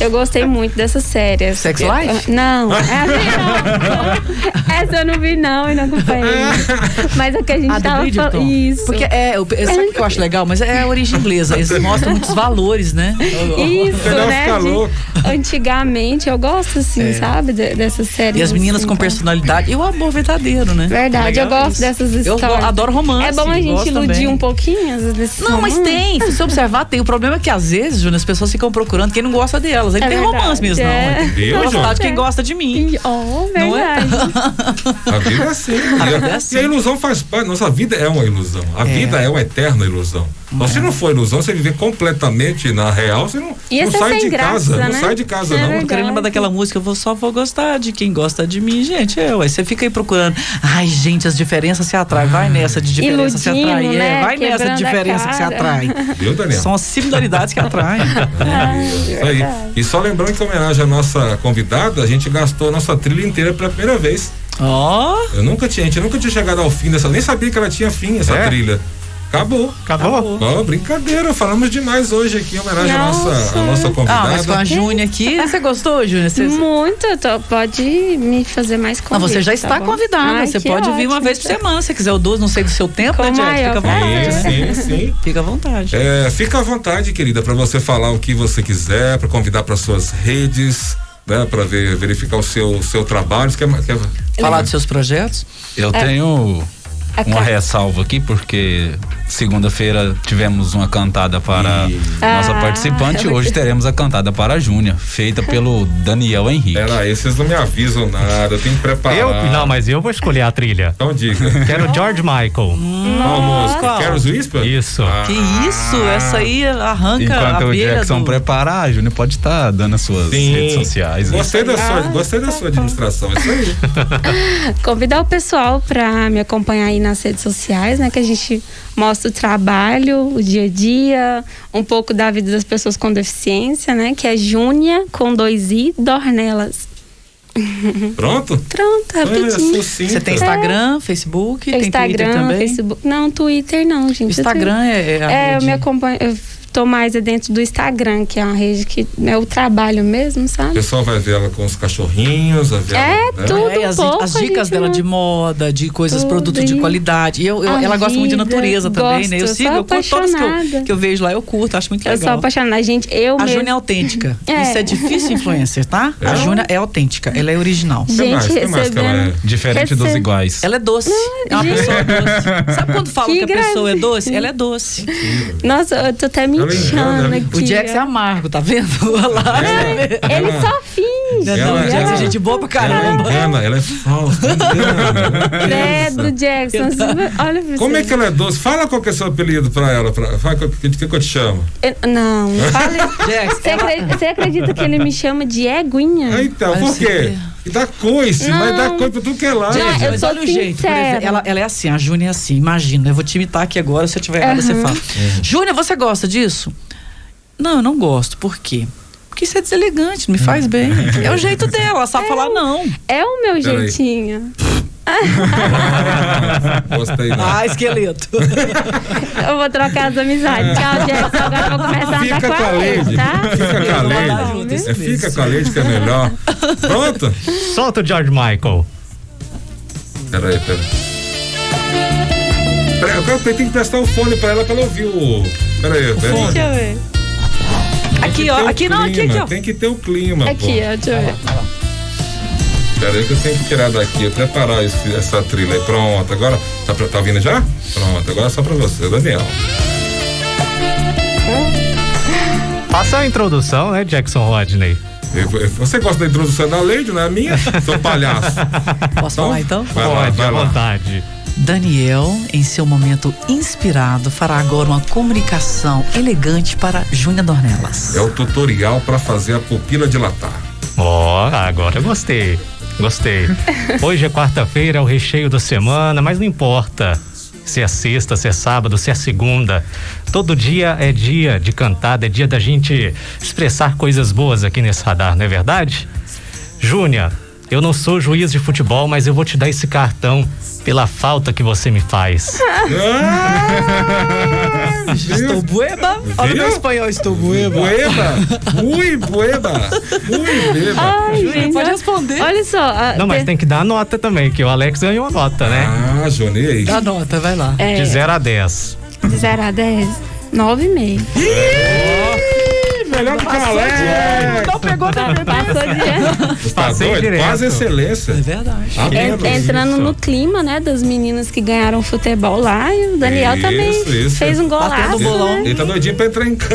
Speaker 8: Eu gostei muito dessa série.
Speaker 1: Sex
Speaker 8: Eu-
Speaker 1: Life?
Speaker 8: Não, essa não. Essa eu não vi, não, e não acompanhei.
Speaker 5: [LAUGHS]
Speaker 8: Mas o que a gente
Speaker 1: Ah, do
Speaker 8: tava
Speaker 1: Bridgerton?
Speaker 8: falando. Isso.
Speaker 1: Porque é, eu- eu- sabe o que eu acho legal?
Speaker 8: [LAUGHS]
Speaker 1: Mas é a origem inglesa. Eles mostram muitos valores, né?
Speaker 8: Isso,
Speaker 5: Melhor
Speaker 8: né?
Speaker 5: ficar
Speaker 8: de-
Speaker 5: louco.
Speaker 8: antigamente. Eu gosto, assim, sabe? de- dessas séries.
Speaker 1: É. E as meninas
Speaker 8: assim,
Speaker 1: com
Speaker 8: então.
Speaker 1: personalidade. E o amor verdadeiro, né?
Speaker 8: Verdade, eu
Speaker 1: Legal
Speaker 8: gosto
Speaker 1: isso.
Speaker 8: dessas
Speaker 1: Eu
Speaker 8: histórias.
Speaker 1: go- adoro romance,
Speaker 8: É bom a gente
Speaker 1: gosto
Speaker 8: iludir
Speaker 1: também.
Speaker 8: um Uhum. pouquinho, às vezes. né?
Speaker 1: Não, mas
Speaker 8: romance.
Speaker 1: tem. Se você observar, tem. O problema é que às vezes, Júnior, as pessoas ficam procurando quem não gosta delas. Aí não
Speaker 8: É
Speaker 1: tem romance
Speaker 8: verdade,
Speaker 1: mesmo,
Speaker 8: é.
Speaker 1: não.
Speaker 5: Entendeu,
Speaker 1: Eu
Speaker 5: Júnior?
Speaker 1: gosto de quem gosta de mim.
Speaker 8: Ih, Oh,
Speaker 1: Não é?
Speaker 8: verdade.
Speaker 1: [LAUGHS]
Speaker 5: A vida é assim.
Speaker 1: vida é
Speaker 5: E a
Speaker 1: assim.
Speaker 5: ilusão faz parte. Nossa vida é uma ilusão. A vida é uma eterna ilusão. Então,
Speaker 1: É.
Speaker 5: se não for ilusão, você viver completamente na real, você não,
Speaker 8: E
Speaker 5: não
Speaker 8: esse é
Speaker 5: sai
Speaker 8: sem
Speaker 5: de
Speaker 8: graça,
Speaker 5: casa. Não
Speaker 8: né?
Speaker 5: sai de casa,
Speaker 8: É
Speaker 5: não.
Speaker 1: Eu queria lembrar daquela música, eu vou, só vou gostar de quem gosta de mim, gente. Eu. Aí você fica aí procurando. Ai, gente, as diferenças se atraem. Vai nessa de diferença se
Speaker 8: Iludindo,
Speaker 1: atrai. É,
Speaker 8: né?
Speaker 1: vai nessa de
Speaker 8: Quebrando a
Speaker 1: diferença que se
Speaker 8: cara.
Speaker 1: atrai.
Speaker 5: Viu, Daniel? É
Speaker 1: São as similaridades que
Speaker 5: [LAUGHS]
Speaker 1: atraem.
Speaker 8: É.
Speaker 5: Isso aí. E só lembrando que em homenagem à nossa convidada, a gente gastou a nossa trilha inteira pela primeira vez.
Speaker 1: Ó.
Speaker 5: Eu nunca tinha, a gente nunca tinha chegado ao fim dessa. Nem sabia que ela tinha fim essa
Speaker 6: É?
Speaker 5: trilha. Acabou.
Speaker 6: Acabou?
Speaker 5: Ó, brincadeira, falamos demais hoje aqui em homenagem à nossa, à nossa
Speaker 8: Nossa.
Speaker 1: Ah, mas com
Speaker 5: convidada.
Speaker 1: a Júnia aqui. Você gostou, Júnia? Você-
Speaker 8: Muito, eu tô- pode me fazer mais
Speaker 1: Não,
Speaker 8: convite.
Speaker 1: Ah, você já
Speaker 8: tá
Speaker 1: está
Speaker 8: bom?
Speaker 1: convidada.
Speaker 8: Ai,
Speaker 1: você
Speaker 8: que
Speaker 1: pode vir uma
Speaker 8: ótimo, é?
Speaker 1: vez por
Speaker 8: já.
Speaker 1: semana. Se quiser o duas, não sei do seu tempo,
Speaker 8: Com
Speaker 1: né, Jack? Fica à
Speaker 8: maior
Speaker 1: vontade.
Speaker 8: prazer.
Speaker 5: sim, sim.
Speaker 1: [LAUGHS] Fica à vontade.
Speaker 5: É, fica à vontade, querida, para você falar o que você quiser, para convidar para suas redes, né, para ver, verificar o seu, seu trabalho. Você quer, ma- quer-
Speaker 1: Falar dos seus projetos.
Speaker 7: Eu tenho
Speaker 8: A
Speaker 7: uma
Speaker 8: ca-
Speaker 7: ressalva aqui, porque segunda-feira tivemos uma cantada para nossa
Speaker 8: Ah,
Speaker 7: participante. Hoje teremos a cantada para a Júnia, feita pelo Daniel Henrique.
Speaker 5: Pera aí, vocês não me avisam nada, eu tenho que preparar.
Speaker 6: Eu, não, mas eu vou escolher a trilha.
Speaker 5: Então
Speaker 8: [LAUGHS]
Speaker 5: diga.
Speaker 6: Quero George Michael.
Speaker 5: Qual música?
Speaker 1: Qual?
Speaker 5: Carol's Whisper?
Speaker 6: Isso.
Speaker 5: Ah.
Speaker 1: Que isso? Essa aí arranca
Speaker 7: Enquanto
Speaker 1: a
Speaker 7: o
Speaker 1: beira
Speaker 7: Jackson
Speaker 1: do...
Speaker 7: preparar, a Júnia pode estar dando as suas
Speaker 5: Sim.
Speaker 7: redes sociais. né?
Speaker 5: Gostei da sua, gostei da sua administração, é isso aí.
Speaker 8: Convidar o pessoal pra me acompanhar aí nas redes sociais, né? Que a gente mostra o trabalho, o dia a dia, um pouco da vida das pessoas com deficiência, né? Que é Júnia com dois i Dornelas.
Speaker 5: Pronto?
Speaker 8: Pronto,
Speaker 5: Olha,
Speaker 8: Tá rapidinho. Tá.
Speaker 5: sucinta.
Speaker 1: Você tem Instagram, Facebook, tem Twitter
Speaker 8: Instagram,
Speaker 1: também?
Speaker 8: Facebook. Não, Twitter não, gente.
Speaker 1: Instagram é, é a
Speaker 8: É, eu
Speaker 1: rede.
Speaker 8: me acompanho. Eu tô mais é dentro do Instagram, que é uma rede que é o trabalho mesmo,
Speaker 5: O
Speaker 8: sabe?
Speaker 5: pessoal vai ver ela com os cachorrinhos, vai ver
Speaker 8: É,
Speaker 5: ela, né?
Speaker 8: tudo.
Speaker 1: É, as,
Speaker 8: pouco,
Speaker 1: as
Speaker 8: a
Speaker 1: dicas
Speaker 8: gente
Speaker 1: dela
Speaker 8: não-
Speaker 1: de moda, de coisas,
Speaker 8: Tudo,
Speaker 1: produtos de
Speaker 8: hein?
Speaker 1: qualidade. E Eu, eu-
Speaker 8: A
Speaker 1: ela gosta muito de
Speaker 8: vida,
Speaker 1: natureza também, né? Eu
Speaker 8: gosto,
Speaker 1: sigo,
Speaker 8: sou
Speaker 1: eu curto todas que eu,
Speaker 8: apaixonada.
Speaker 1: que eu vejo lá, eu curto, acho muito
Speaker 8: Eu sou
Speaker 1: legal.
Speaker 8: apaixonada, gente. Eu
Speaker 1: A
Speaker 8: mesmo.
Speaker 1: Júnia é autêntica.
Speaker 8: É.
Speaker 1: Isso é difícil, influencer, tá? A Júnia é autêntica, ela é original.
Speaker 5: Que mais?
Speaker 8: Gente,
Speaker 5: Que mais que ela é?
Speaker 8: recebendo.
Speaker 7: Diferente dos
Speaker 8: Recebe-
Speaker 7: iguais.
Speaker 1: Ela é doce. é uma
Speaker 8: gente.
Speaker 1: pessoa doce. Sabe quando falam que,
Speaker 8: Que
Speaker 1: a pessoa é
Speaker 8: gracinha.
Speaker 1: doce? Ela é doce.
Speaker 8: Nossa, eu tô até
Speaker 5: engana.
Speaker 8: me inchando aqui.
Speaker 1: O Jax é
Speaker 8: ó.
Speaker 1: amargo, tá vendo? [LAUGHS] Olha lá.
Speaker 8: Ele
Speaker 5: Ela-
Speaker 8: só finge. né?
Speaker 1: Não, não,
Speaker 5: Ela-
Speaker 1: o Jax
Speaker 5: ela-
Speaker 1: é gente boa pra
Speaker 5: Ela
Speaker 1: caramba.
Speaker 5: engana, ela é falsa. engana.
Speaker 8: [LAUGHS] Credo, É
Speaker 1: é
Speaker 8: Jackson. Olha pra
Speaker 5: Como
Speaker 8: você.
Speaker 5: é que ela é doce? Fala qual que é o seu apelido pra ela. Pra, fala o que, que, que eu te chamo.
Speaker 8: Eu- Não,
Speaker 5: [LAUGHS]
Speaker 8: não fala isso.
Speaker 1: Jax,
Speaker 8: Você acredita, você acredita que ele me chama de
Speaker 1: Hum.
Speaker 8: eguinha?
Speaker 5: Ah, então,
Speaker 1: Ai,
Speaker 5: por
Speaker 1: você
Speaker 5: quê? E dá coice, mas dá
Speaker 8: Não.
Speaker 5: coice pra tudo que é lá.
Speaker 8: Não,
Speaker 5: gente.
Speaker 8: eu
Speaker 1: mas
Speaker 8: sou
Speaker 1: olha o jeito, por
Speaker 8: sincera.
Speaker 1: exemplo, ela, ela é assim, a Júnia é assim, imagina, eu vou te imitar aqui agora, se eu tiver errado você fala.
Speaker 5: É.
Speaker 1: Júnia, você gosta disso? Não, eu não gosto, por quê? Porque isso é deselegante, não me
Speaker 5: Hum.
Speaker 1: faz bem. É o jeito dela, ela sabe falar não.
Speaker 8: É o meu
Speaker 5: Peraí.
Speaker 8: jeitinho.
Speaker 5: [LAUGHS] Gostei, não.
Speaker 1: Ah, esqueleto.
Speaker 8: Eu vou trocar as amizades. Tchau, Jackson. Agora eu vou começar a
Speaker 5: É. Fica
Speaker 8: andar
Speaker 5: com a Lady.
Speaker 8: tá?
Speaker 5: Fica com a
Speaker 1: Vamos lá,
Speaker 5: Lady.
Speaker 1: junto, isso
Speaker 5: É,
Speaker 1: mesmo.
Speaker 5: fica com a Lady que é melhor. Pronto?
Speaker 6: Solta o George Michael.
Speaker 5: Peraí, peraí. Peraí, eu quero- eu tenho que prestar o fone pra ela pra ela ouvir o. Peraí, peraí.
Speaker 1: fone.
Speaker 8: Deixa eu ver.
Speaker 1: Aqui, ó, aqui não, aqui, aqui, ó.
Speaker 5: um Tem que ter o clima, pô.
Speaker 8: Aqui, ó, deixa eu ver.
Speaker 5: Peraí que eu tenho que tirar daqui, eu preparar esse- essa trilha aí. Pronto, agora. Tá, pra- tá vindo já? Pronto, agora é só pra você, Daniel.
Speaker 6: Passa a introdução, né, Jackson Rodney?
Speaker 5: Eu- eu- Você gosta da introdução da Lady, não é a minha? Seu [LAUGHS] palhaço.
Speaker 1: [LAUGHS] Posso falar então?
Speaker 5: Vai lá,
Speaker 6: Pode, à
Speaker 5: vai lá.
Speaker 6: vontade.
Speaker 1: Daniel, em seu momento inspirado, fará agora uma comunicação elegante para Júnia Dornelas.
Speaker 5: É o tutorial pra fazer a pupila dilatar.
Speaker 6: Ó, agora eu gostei.
Speaker 1: [LAUGHS]
Speaker 6: Gostei. Hoje é quarta-feira, é o recheio da semana, mas não importa se é sexta, se é sábado, se é segunda. Todo dia é dia de cantada, é dia da gente expressar coisas boas aqui nesse radar, não é verdade? Júnia, eu não sou juiz de futebol, mas eu vou te dar esse cartão pela falta que você me faz.
Speaker 1: [LAUGHS]
Speaker 5: Ah! [LAUGHS]
Speaker 1: Estou bueba? Olha o meu espanhol, estou bueba.
Speaker 5: Bueba! Ui, bueba! Ui, beba!
Speaker 8: Ai, gente.
Speaker 1: Pode
Speaker 8: olha-
Speaker 1: responder.
Speaker 8: Olha só. ah, a-
Speaker 6: Não, mas
Speaker 8: te-
Speaker 6: tem que dar a nota também, que o Alex ganhou a nota, né?
Speaker 5: Ah, Jonei.
Speaker 1: Dá nota, vai lá.
Speaker 8: é,
Speaker 6: De 0 a 10.
Speaker 8: de 0 a 10, 9,5.
Speaker 5: Melhor do que o Alex!
Speaker 1: Então pegou chegou na
Speaker 8: É. Passou de
Speaker 5: Tá
Speaker 6: Passei
Speaker 5: doido?
Speaker 6: direto.
Speaker 5: Quase excelência.
Speaker 1: É verdade.
Speaker 5: Tá
Speaker 8: En-
Speaker 5: vendo?
Speaker 8: entrando no clima, né, das meninas que ganharam futebol lá, e o Daniel
Speaker 5: Isso,
Speaker 8: também
Speaker 5: isso.
Speaker 8: fez um
Speaker 1: Batendo
Speaker 8: golaço,
Speaker 1: bolão.
Speaker 8: né?
Speaker 5: Ele tá doidinho pra entrar em campo.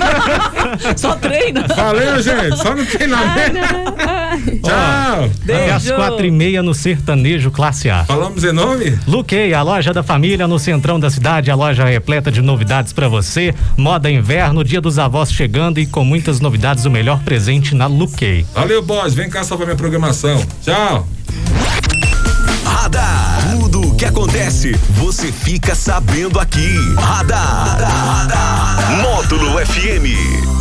Speaker 1: Ah, [LAUGHS] Só treina.
Speaker 5: Valeu, gente. Só no treinamento. [LAUGHS] Tchau.
Speaker 6: Até às
Speaker 1: Beijo.
Speaker 6: quatro e meia no Sertanejo Classe A.
Speaker 5: Falamos em nome?
Speaker 6: Luquei, a loja da família no centrão da cidade, a loja repleta de novidades pra você. Moda inverno, dia dos avós chegando e com muitas novidades, o melhor presente na Luquei.
Speaker 5: Valeu, boss. Vem cá salvar minha programação. Tchau.
Speaker 3: Radar. Tudo o que acontece, você fica sabendo aqui. Radar. Módulo FM.